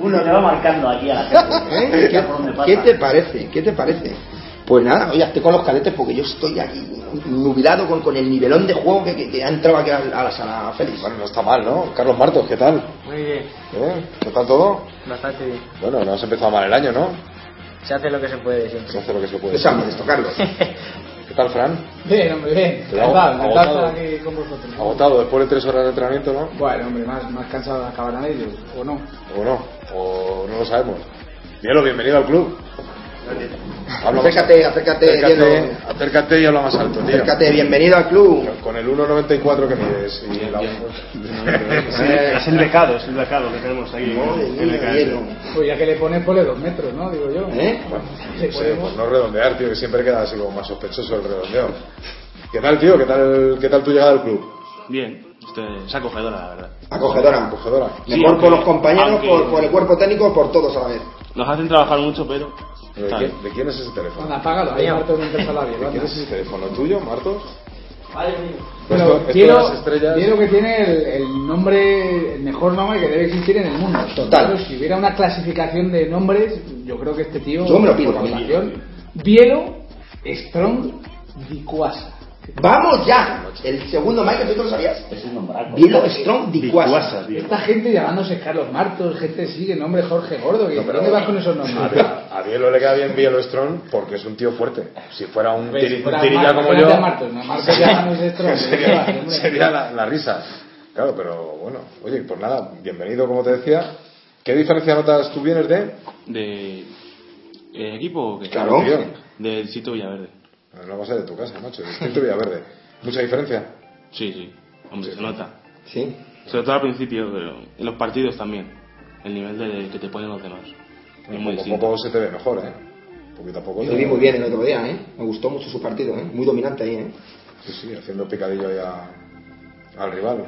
Speaker 7: Uno le va marcando aquí a la gente.
Speaker 2: ¿Eh?
Speaker 7: Ya por dónde
Speaker 2: ¿Qué,
Speaker 7: pasa.
Speaker 2: qué te parece? ¿Qué te parece? Pues nada, oye, estoy con los cadetes porque yo estoy aquí nubilado con, con el nivelón de juego que, que- que ha entrado aquí a, a la sala feliz.
Speaker 1: Bueno, no está mal, ¿no? Carlos Martos, ¿qué tal?
Speaker 11: Muy bien,
Speaker 1: ¿Eh? ¿Qué tal todo?
Speaker 11: bastante bien.
Speaker 1: Bueno, no has empezado mal el año, ¿no?
Speaker 11: Se hace lo que se puede siempre.
Speaker 1: Se hace lo que se puede.
Speaker 2: Es algo de esto, Carlos.
Speaker 1: ¿Qué tal, Fran?
Speaker 11: Bien, hombre, bien.
Speaker 1: Pero
Speaker 11: Encantado,
Speaker 1: agotado.
Speaker 11: encantado estar aquí con vosotros.
Speaker 1: Agotado después de tres horas de entrenamiento, ¿no?
Speaker 11: Bueno, hombre, más, más cansado de acabar a ellos, ¿o no?
Speaker 1: O no, o no lo sabemos. Bielo, bienvenido al club. Habla más-
Speaker 2: Acércate, acércate,
Speaker 1: acércate,
Speaker 2: Bielo.
Speaker 1: acércate y habla más alto, tío.
Speaker 2: Acércate, bienvenido al club.
Speaker 1: Con el 1.94 que mides y la-
Speaker 2: Eh,
Speaker 3: Es el becado, es el becado que tenemos ahí.
Speaker 2: Madre
Speaker 3: El
Speaker 2: mía,
Speaker 3: becado.
Speaker 2: Bielo.
Speaker 11: Pues ya que le pones, ponle dos metros, ¿no? Digo yo.
Speaker 2: ¿Eh?
Speaker 11: Le
Speaker 1: Sí, pues
Speaker 11: ponemos-
Speaker 1: no redondear, tío, que siempre queda así como más sospechoso el redondeo. ¿Qué tal, tío? ¿Qué tal, qué tal tu llegada al club?
Speaker 3: Bien, este, es acogedora, la verdad.
Speaker 2: Acogedora.
Speaker 1: Acogedora.
Speaker 2: Mejor
Speaker 3: aunque-
Speaker 2: por los compañeros,
Speaker 3: aunque-
Speaker 2: por, por el cuerpo técnico, por todos a la vez.
Speaker 3: Nos hacen trabajar mucho, pero.
Speaker 1: ¿De
Speaker 3: está
Speaker 1: quién,
Speaker 3: bien.
Speaker 1: de quién es ese teléfono?
Speaker 11: Anda, apágalo, ahí Marto no empieza la
Speaker 1: ¿De quién es ese teléfono? ¿Tuyo, Martos? Esto-
Speaker 11: Pero
Speaker 1: esto de
Speaker 11: quiero,
Speaker 1: las estrellas-
Speaker 11: quiero que tiene el, el nombre, el mejor nombre que debe existir en el mundo.
Speaker 2: Total.
Speaker 11: Pero si hubiera una clasificación de nombres, yo creo que este tío.
Speaker 2: Yo me lo pido
Speaker 11: por
Speaker 2: también.
Speaker 11: votación, Bielo, Strong, Dicuasa.
Speaker 2: ¡Vamos ya! El segundo Michael, ¿tú te lo sabías?
Speaker 7: Es un nombraco.
Speaker 2: Bielo Strong Dicuasa.
Speaker 3: Dicuasa, tío.
Speaker 11: Esta gente llamándose Carlos Martos, gente sigue, nombre Jorge Gordo. que
Speaker 1: No, pero-
Speaker 11: ¿Dónde vas con esos
Speaker 1: A
Speaker 11: nombres?
Speaker 1: Biel- A Bielo le queda bien Bielo Strong porque es un tío fuerte. Si fuera un,
Speaker 11: Hombre,
Speaker 1: tiri-
Speaker 11: si Pues,
Speaker 1: un
Speaker 11: fuera
Speaker 1: tirilla
Speaker 11: Mar-
Speaker 1: como
Speaker 11: fuera
Speaker 1: yo,
Speaker 11: de Martos, no, Martos ya no es Strong,
Speaker 1: sería,
Speaker 11: hombre.
Speaker 1: sería la, la risa. Claro, pero bueno, oye, pues nada, bienvenido, como te decía. ¿Qué diferencia notas tú vienes de?
Speaker 3: ¿De eh, equipo o qué?
Speaker 2: Claro.
Speaker 1: Tío,
Speaker 3: Del sitio Villaverde.
Speaker 1: No vas a de tu casa, macho. Distinto Villaverde. Mucha diferencia.
Speaker 3: Sí, sí. Hombre, se nota.
Speaker 2: Sí.
Speaker 3: Sobre todo al principio, pero en los partidos también. El nivel de, que te ponen los demás. Es muy
Speaker 1: Poco a
Speaker 3: distinto.
Speaker 1: poco se te ve mejor, ¿eh? Porque tampoco...
Speaker 2: Lo vi muy bien el otro día, ¿eh? Me gustó mucho su partido, ¿eh? Muy dominante ahí, ¿eh?
Speaker 1: Sí, sí, haciendo picadillo ahí a- al rival.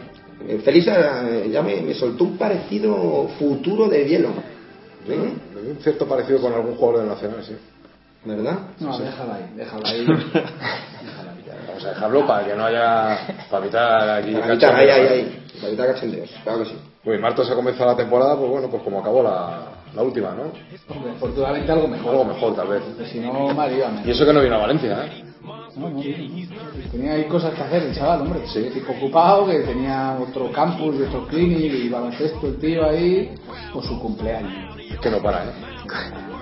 Speaker 2: Eh, Felisa eh, ya me, me soltó un parecido futuro de hielo.
Speaker 1: Yo le vi un cierto parecido con algún jugador del Nacional, sí.
Speaker 2: ¿Verdad?
Speaker 11: No, déjala ahí, déjala ahí.
Speaker 1: Vamos a dejarlo para que no haya... Para evitar aquí...
Speaker 2: La mitad, ahí, ahí,
Speaker 1: cachondeos, ¿eh?
Speaker 2: ahí. La mitad cachondeos, claro que sí.
Speaker 1: Uy, Martos ha comenzado la temporada, pues bueno, pues como acabó la, la última, ¿no?
Speaker 11: Hombre, afortunadamente algo mejor.
Speaker 1: Algo mejor, tal vez.
Speaker 11: Porque Si no, mal iba, me-
Speaker 1: Y eso que no vino a Valencia, ¿eh?
Speaker 11: No, no, no. Tenía ahí cosas que hacer el chaval, hombre.
Speaker 1: Sí.
Speaker 11: El tipo ocupado, que tenía otro campus, de otro clinic y baloncesto el tío ahí, por su cumpleaños.
Speaker 1: Es que no para, ¿eh?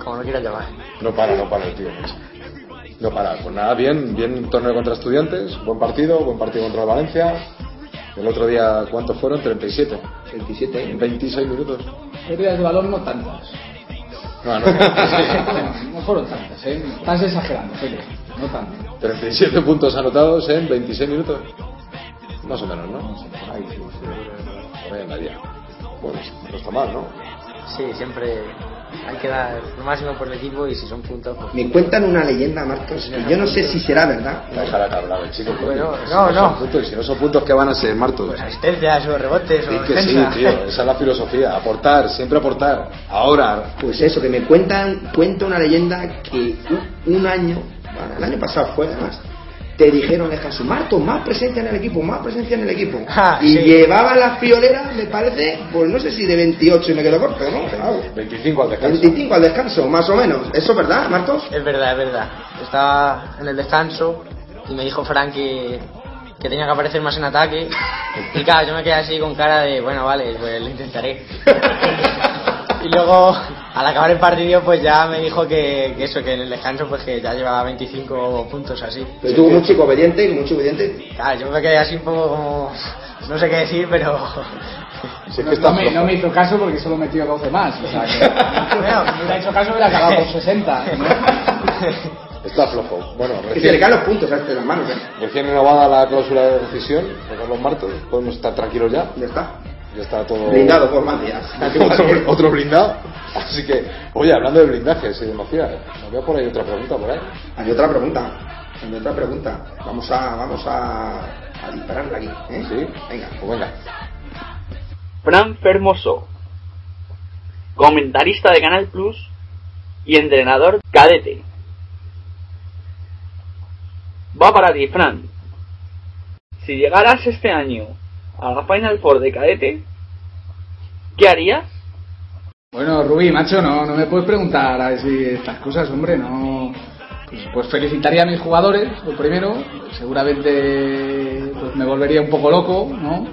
Speaker 11: Como no quiera llamar.
Speaker 1: No para, no para el tío. macho. No para. Pues nada, bien, bien torneo contra estudiantes, buen partido, buen partido contra el Valencia. El otro día, ¿cuántos fueron? 37.
Speaker 2: 27,
Speaker 1: En
Speaker 2: ¿eh?
Speaker 1: 26 minutos.
Speaker 11: Pérdidas de balón no tantas.
Speaker 1: No, no.
Speaker 11: no fueron tantas, ¿eh? Estás exagerando, Fede. No tantas.
Speaker 1: 37 puntos anotados en 26 minutos. Más o menos, ¿no?
Speaker 11: Ahí, sí,
Speaker 1: Por ahí andaría. Bueno, no está mal, ¿no?
Speaker 11: sí, siempre hay que dar lo máximo por el equipo y si son puntos, pues...
Speaker 2: Me cuentan una leyenda, Marcos, que yo no sé si será verdad.
Speaker 1: Déjala que hablar, el chico. coño.
Speaker 11: Bueno,
Speaker 1: Si
Speaker 11: no,
Speaker 1: son
Speaker 11: no.
Speaker 1: puntos, si no son puntos, ¿qué van a ser, Martos?
Speaker 11: asistencias o rebotes
Speaker 1: Sí que sí, tío, esa es la filosofía, aportar, siempre aportar. Ahora,
Speaker 2: Pues eso, que me cuentan, cuenta una leyenda que u- un año, bueno, el año pasado fue además, te dijeron de Jesús, Marto, más presencia en el equipo, más presencia en el equipo.
Speaker 11: Ah,
Speaker 2: y
Speaker 11: sí.
Speaker 2: llevaba las pioleras, me parece, pues no sé si de 28 y me quedo corto, ¿no? Claro.
Speaker 1: 25 al descanso.
Speaker 2: 25 al descanso, más o menos. ¿Eso es verdad, Marcos?
Speaker 11: Es verdad, es verdad. Estaba en el descanso y me dijo Frank que,
Speaker 12: que tenía que aparecer más en ataque. Y claro, yo me quedé así con cara de, bueno, vale, pues lo intentaré. Y luego, al acabar el partido, pues ya me dijo que, que eso, que en el descanso, pues que ya llevaba 25 puntos así.
Speaker 2: Pero tuvo un chico obediente, muy chico obediente.
Speaker 12: Claro, yo me quedé así un poco como, no sé qué decir, pero...
Speaker 11: No, no me, no me hizo caso porque solo metió 12 más. O sea que.
Speaker 12: Bueno,
Speaker 11: me hubiera hecho caso, hubiera acabado por 60. ¿no?
Speaker 1: Está flojo. Bueno,
Speaker 2: Que se le
Speaker 1: recién,
Speaker 2: caen los puntos a este de las manos. ¿eh?
Speaker 1: recién renovada la cláusula de decisión de Carlos Martos. Podemos estar tranquilos ya.
Speaker 2: Ya está.
Speaker 1: Ya está todo.
Speaker 2: Blindado por Matías.
Speaker 1: otro, otro blindado. Así que, oye, hablando de blindajes y de Macías, me veo por ahí otra pregunta por ahí.
Speaker 2: Hay otra pregunta. Hay otra pregunta. Vamos a, vamos a, a dispararla aquí. ¿eh?
Speaker 1: Sí.
Speaker 2: Venga.
Speaker 1: Pues venga.
Speaker 4: Fran Fermoso, comentarista de Canal Plus y entrenador cadete. Va para ti, Fran. Si llegaras este año a la Final Four de cadete, ¿qué harías?
Speaker 11: Bueno, Rubí, macho, no, no me puedes preguntar a ver si estas cosas, hombre, no. Pues, pues felicitaría a mis jugadores, lo primero. Seguramente pues me volvería un poco loco, ¿no?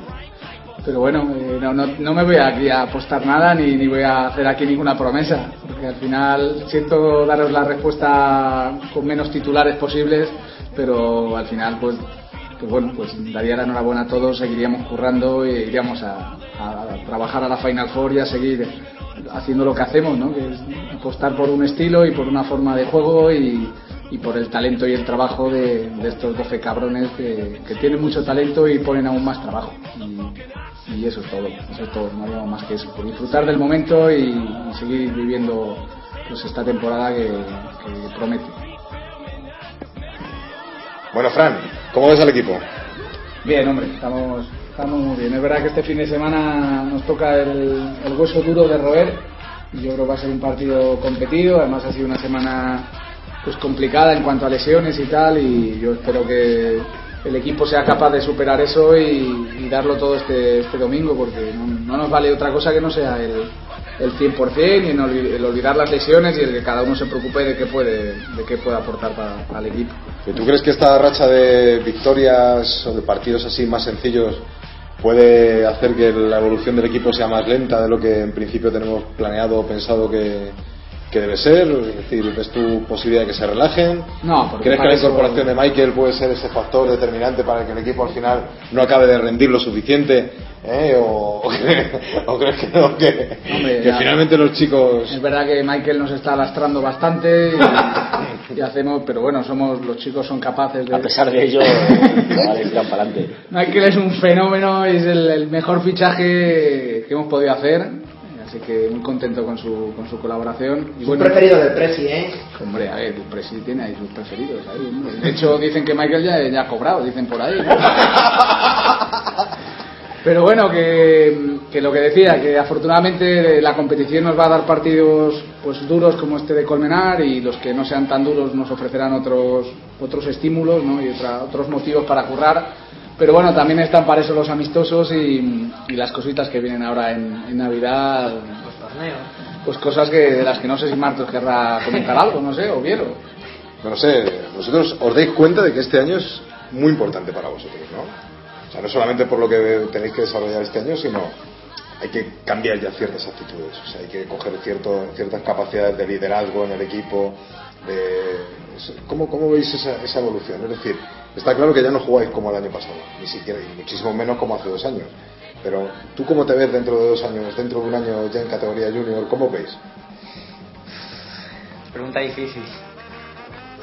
Speaker 11: Pero bueno, eh, no, no, no me voy aquí a apostar nada ni, ni voy a hacer aquí ninguna promesa, porque al final siento daros la respuesta con menos titulares posibles, pero al final pues, pues bueno, pues daría la enhorabuena a todos, seguiríamos currando e iríamos a, a trabajar a la Final Four y a seguir haciendo lo que hacemos, ¿no? Que es apostar por un estilo y por una forma de juego y, y por el talento y el trabajo de, de estos 12 cabrones que, que tienen mucho talento y ponen aún más trabajo. Y, y eso es todo, eso es todo, no haríamos más que eso. Por disfrutar del momento y, y seguir viviendo pues, esta temporada que, que promete.
Speaker 1: Bueno, Fran, ¿cómo ves al equipo?
Speaker 11: Bien, hombre, estamos, estamos muy bien. Es verdad que este fin de semana nos toca el, el hueso duro de roer. y Yo creo que va a ser un partido competido. Además ha sido una semana pues complicada en cuanto a lesiones y tal. Y yo espero que el equipo sea capaz de superar eso y, y darlo todo este, este domingo, porque no, no nos vale otra cosa que no sea el, el 100% y en olvi- el olvidar las lesiones y el que cada uno se preocupe de qué puede, de qué puede aportar para, al equipo.
Speaker 1: ¿Y ¿Tú crees que esta racha de victorias o de partidos así más sencillos puede hacer que la evolución del equipo sea más lenta de lo que en principio tenemos planeado o pensado que, que debe ser? Es decir, ¿ves tu posibilidad de que se relajen?
Speaker 11: No, porque
Speaker 1: ¿Crees que
Speaker 11: para
Speaker 1: la
Speaker 11: eso-
Speaker 1: incorporación de Michael puede ser ese factor determinante para que el equipo al final no acabe de rendir lo suficiente? ¿Eh? ¿O, o cre- o crees que, no, que,
Speaker 11: Hombre,
Speaker 1: que
Speaker 11: ya.
Speaker 1: finalmente los chicos...
Speaker 11: Es verdad que Michael nos está lastrando bastante y, y hacemos, pero bueno, somos los chicos son capaces de.
Speaker 7: A pesar de ello, vale, tiran para adelante.
Speaker 11: Michael es un fenómeno, es el, el mejor fichaje que hemos podido hacer, así que muy contento con su, con su colaboración. Y
Speaker 2: Un
Speaker 11: bueno,
Speaker 2: preferido del Presi, ¿eh?
Speaker 11: Hombre, a ver, el Presi tiene ahí sus preferidos. ahí, hombre. De hecho, dicen que Michael ya, ya ha cobrado, dicen por ahí. ¿no? Pero bueno, que, que lo que decía, que afortunadamente la competición nos va a dar partidos pues duros como este de Colmenar y los que no sean tan duros nos ofrecerán otros otros estímulos ¿no? y otra- otros motivos para currar. Pero bueno, también están para eso los amistosos y, y las cositas que vienen ahora en, en Navidad, pues cosas que de las que no sé si Martos querrá comentar algo, no sé, o Viero.
Speaker 1: No lo sé, vosotros os dais cuenta de que este año es muy importante para vosotros, ¿no? O sea, no solamente por lo que tenéis que desarrollar este año, sino hay que cambiar ya ciertas actitudes, o sea, hay que coger cierto, ciertas capacidades de liderazgo en el equipo. De... ¿Cómo, ¿Cómo veis esa, esa evolución? Es decir, está claro que ya no jugáis como el año pasado, ni siquiera, y muchísimo menos como hace dos años. Pero tú cómo te ves dentro de dos años, dentro de un año ya en categoría junior, ¿cómo veis?
Speaker 12: Pregunta difícil.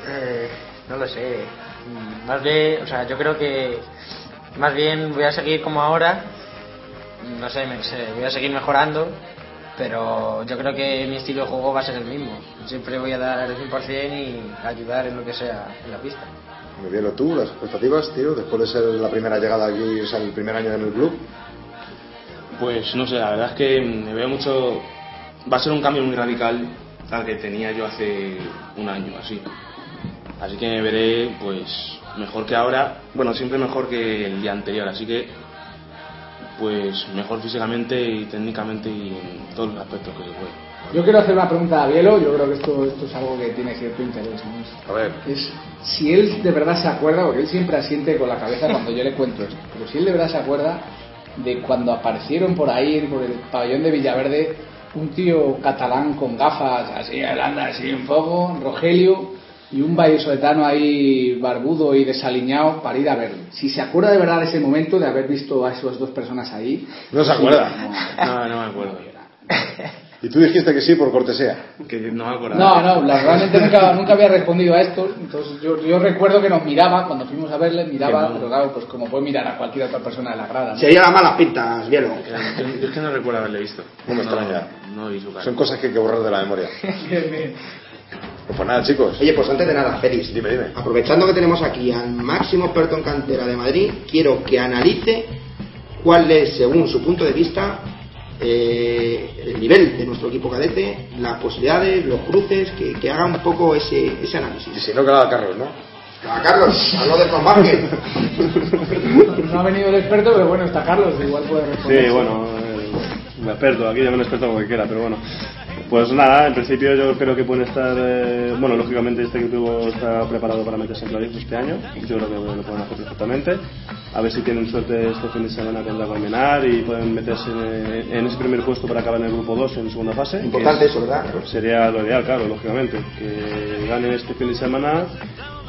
Speaker 12: Eh, no lo sé. Mm, Más bien, o sea, yo creo que más bien voy a seguir como ahora. No sé, me- se- voy a seguir mejorando, pero yo creo que mi estilo de juego va a ser el mismo. Siempre voy a dar el 100% y ayudar en lo que sea en la pista.
Speaker 1: Muy bien, ¿lo tú? ¿Las expectativas, tío? Después de ser la primera llegada aquí, o sea, el primer año en el club.
Speaker 9: Pues no sé, la verdad es que mm, me veo mucho. Va a ser un cambio muy radical al que tenía yo hace un año, así. Así que me veré, pues, mejor que ahora. Bueno, siempre mejor que el día anterior, así que. Pues mejor físicamente y técnicamente y en todos los aspectos que se puede.
Speaker 11: Yo quiero hacer una pregunta a Bielo, yo creo que esto, esto es algo que tiene cierto interés. ¿no?
Speaker 13: A ver.
Speaker 11: Es si él de verdad se acuerda, porque él siempre asiente con la cabeza cuando yo le cuento esto, pero si él de verdad se acuerda de cuando aparecieron por ahí, por el pabellón de Villaverde, un tío catalán con gafas, así, hablando así un poco, Rogelio, y un vallisoletano ahí barbudo y desaliñado para ir a verlo. Si se acuerda de verdad de ese momento, de haber visto a esas dos personas ahí.
Speaker 1: No se
Speaker 11: sí,
Speaker 1: acuerda.
Speaker 9: No, no me acuerdo.
Speaker 1: Y tú dijiste que sí por cortesía.
Speaker 9: Que no me acuerdo.
Speaker 11: No, no, la- realmente nunca, nunca había respondido a esto. Entonces yo, yo recuerdo que nos miraba, cuando fuimos a verle, miraba,
Speaker 9: Que no.
Speaker 11: pero claro, pues como puede mirar a cualquier otra persona de la grada. ¿no?
Speaker 2: Sería la mala pinta, Bielo.
Speaker 9: Yo, yo es que no recuerdo haberle visto.
Speaker 1: No me extraña.
Speaker 9: No vi su cara.
Speaker 1: Son cosas que hay que borrar de la memoria.
Speaker 11: Bien, bien.
Speaker 1: Pues nada, chicos.
Speaker 2: Oye, pues antes de nada, Félix,
Speaker 1: Dime, dime.
Speaker 2: aprovechando que tenemos aquí al máximo experto en cantera de Madrid, quiero que analice cuál es, según su punto de vista, eh, el nivel de nuestro equipo cadete, las posibilidades, los cruces, que, que haga un poco ese, ese
Speaker 1: Y
Speaker 2: análisis.
Speaker 1: si no, que lo haga Carlos, ¿no?
Speaker 2: A Carlos, hablo de combate.
Speaker 11: No ha venido el experto, pero bueno, está Carlos, igual puede responder.
Speaker 3: Sí, bueno, eh, me experto, aquí ya me experto como que quiera, pero bueno. Pues nada, en principio yo creo que pueden estar, eh, bueno, lógicamente este equipo está preparado para meterse en playoffs este año, yo creo que lo pueden hacer perfectamente, a ver si tienen suerte este fin de semana contra Colmenar y pueden meterse en, en ese primer puesto para acabar en el grupo 2 en segunda fase. que
Speaker 2: Importante
Speaker 3: es-
Speaker 2: eso, ¿verdad?
Speaker 3: Sería lo ideal, claro, lógicamente, que ganen este fin de semana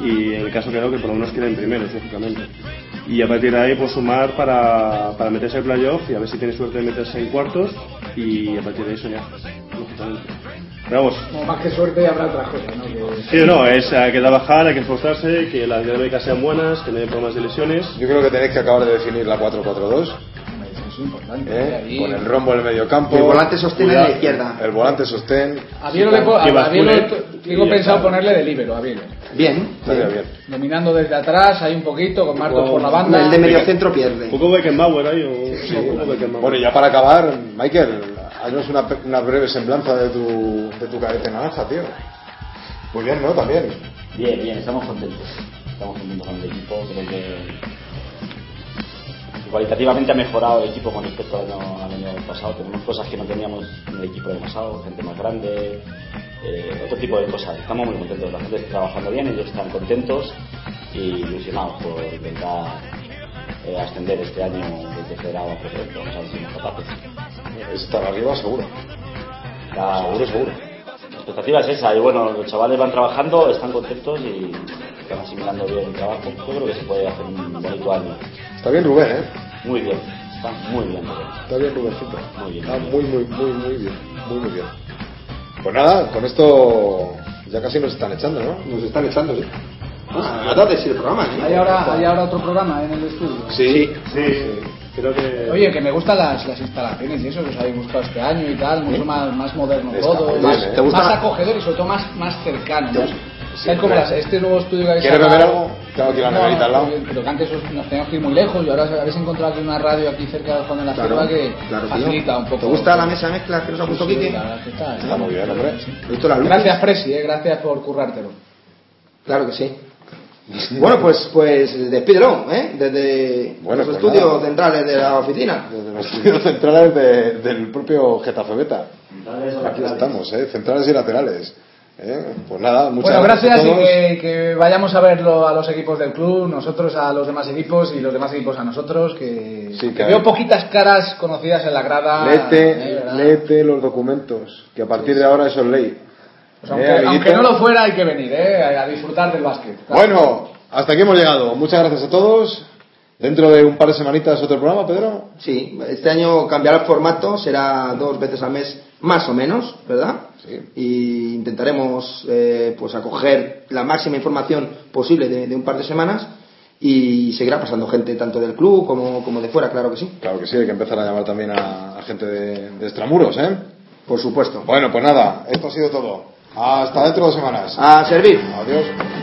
Speaker 3: y en el caso que no, que por lo menos queden primeros, lógicamente. Y a partir de ahí, pues sumar para, para meterse al playoff y a ver si tiene suerte de meterse en cuartos y a partir de ahí soñar, lógicamente. Pero vamos,
Speaker 11: Como más que suerte habrá otras cosas, ¿no? Que-
Speaker 3: sí o no, es, hay que trabajar, hay que esforzarse, que las dinámicas sean buenas, que no haya problemas de lesiones.
Speaker 1: Yo creo que tenéis que acabar de definir la 4-4-2.
Speaker 11: Eso es importante. ¿eh?
Speaker 1: ¿eh?
Speaker 11: Ahí-
Speaker 1: Con el rombo en el medio campo.
Speaker 2: El volante sostén en
Speaker 1: Cuidado.
Speaker 2: la izquierda.
Speaker 1: El volante sostén.
Speaker 11: A Bielo le po- a-
Speaker 3: que
Speaker 11: a Bielo
Speaker 3: bascule
Speaker 11: t-
Speaker 3: y
Speaker 11: tengo
Speaker 3: ya
Speaker 11: pensado
Speaker 3: está.
Speaker 11: ponerle de libero a Bielo.
Speaker 2: Bien,
Speaker 1: Estaría bien.
Speaker 11: Dominando desde atrás, ahí un poquito, con Marcos
Speaker 3: Wow.
Speaker 11: por la
Speaker 2: bien.
Speaker 11: banda.
Speaker 2: El de medio centro pierde.
Speaker 3: Un poco Beckenbauer ahí, o un poco Beckenbauer.
Speaker 1: Bueno, y ya para acabar, Michael, haznos una, pe- una breve semblanza de tu, de tu cadete naranja, tío. Muy bien, ¿no? También.
Speaker 13: Bien, bien, estamos contentos. Estamos contentos con el equipo. Creo que que cualitativamente ha mejorado el equipo con respecto a lo- al año pasado. Tenemos cosas que no teníamos en el equipo del pasado, gente más grande, eh, otro tipo de cosas. Estamos muy contentos. La gente está trabajando bien, ellos están contentos y ilusionados por intentar eh, ascender este año desde federado a prefecto. Vamos a ver si somos capaces.
Speaker 1: Estar arriba, seguro.
Speaker 13: La-
Speaker 1: Seguro, seguro.
Speaker 13: la expectativa es esa, y bueno, los chavales van trabajando, están contentos y están asimilando bien el trabajo. Yo creo que se puede hacer un bonito año.
Speaker 1: Está bien Rubén, ¿eh?
Speaker 13: Muy bien, está muy bien. muy bien.
Speaker 1: Está bien Rubéncito.
Speaker 13: Muy bien.
Speaker 1: Está muy, muy, muy, muy bien. Muy, muy bien. Pues nada, con esto ya casi nos están echando, ¿no?
Speaker 2: Nos están echando, sí. Ah, no te el programa, ¿eh?
Speaker 11: Hay ahora, hay ahora otro programa en el estudio.
Speaker 1: Sí.
Speaker 3: Sí, creo que...
Speaker 11: Oye, que me gustan las, las instalaciones y eso que os habéis buscado este año y tal, mucho más, más moderno
Speaker 1: Está
Speaker 11: todo,
Speaker 1: muy
Speaker 11: más,
Speaker 1: bien, ¿eh?
Speaker 2: ¿Te gusta
Speaker 11: más
Speaker 2: la-
Speaker 11: acogedor y sobre todo más, más cercano. ¿no?
Speaker 1: Sí,
Speaker 11: ¿Sabes cómo
Speaker 1: hombre.
Speaker 11: las- este nuevo estudio que habéis
Speaker 1: ¿Quieres
Speaker 11: sacado-
Speaker 1: beber algo? Tengo aquí la
Speaker 11: No,
Speaker 1: neverita al lado.
Speaker 11: no, Pero que antes os- nos teníamos que ir muy lejos y ahora os habéis encontrado aquí una radio aquí cerca de Juan de la
Speaker 2: Claro,
Speaker 11: Cierva que
Speaker 2: claro que no.
Speaker 11: facilita un poco.
Speaker 2: ¿Te gusta la mesa mezcla que nos ha puesto
Speaker 11: Sí,
Speaker 2: Quique?
Speaker 11: la verdad que está,
Speaker 1: Está muy bien, hombre.
Speaker 2: ¿Te gustó la luz?
Speaker 11: Gracias, Presi, eh, gracias por currártelo.
Speaker 2: Claro que sí. Bueno, pues, pues despídelo, ¿eh? Desde
Speaker 1: Bueno,
Speaker 2: los
Speaker 1: pues
Speaker 2: estudios
Speaker 1: nada.
Speaker 2: centrales de la oficina.
Speaker 1: Desde los estudios centrales de- del propio Getafe Beta.
Speaker 13: Centrales o
Speaker 1: Aquí
Speaker 13: laterales.
Speaker 1: estamos, ¿eh? Centrales y laterales. ¿eh? Pues nada, muchas
Speaker 11: bueno, gracias
Speaker 1: a
Speaker 11: y
Speaker 1: todos.
Speaker 11: que, que vayamos a verlo a los equipos del club, nosotros a los demás equipos y los demás equipos a nosotros, que,
Speaker 1: Sí, que
Speaker 11: que
Speaker 1: hay.
Speaker 11: veo poquitas caras conocidas en la grada. eh,
Speaker 1: Léete,
Speaker 11: ¿verdad?
Speaker 1: léete los documentos, que a partir de ahora eso es ley.
Speaker 11: Pues aunque,
Speaker 1: Eh, amiguito.
Speaker 11: aunque no lo fuera, hay que venir, eh, a disfrutar del básquet. Claro.
Speaker 1: Bueno, hasta aquí hemos llegado. Muchas gracias a todos. Dentro de un par de semanitas otro programa, Pedro.
Speaker 2: Sí, este año cambiará el formato, será dos veces al mes más o menos, ¿verdad?
Speaker 1: Sí.
Speaker 2: Y intentaremos eh, pues acoger la máxima información posible de, de un par de semanas y seguirá pasando gente tanto del club como, como de fuera, claro que sí.
Speaker 1: Claro que sí, hay que empezar a llamar también a, a gente de, de extramuros, ¿eh?
Speaker 2: Por supuesto.
Speaker 1: Bueno, pues nada, esto ha sido todo. Hasta dentro de dos semanas.
Speaker 2: A servir.
Speaker 1: Adiós.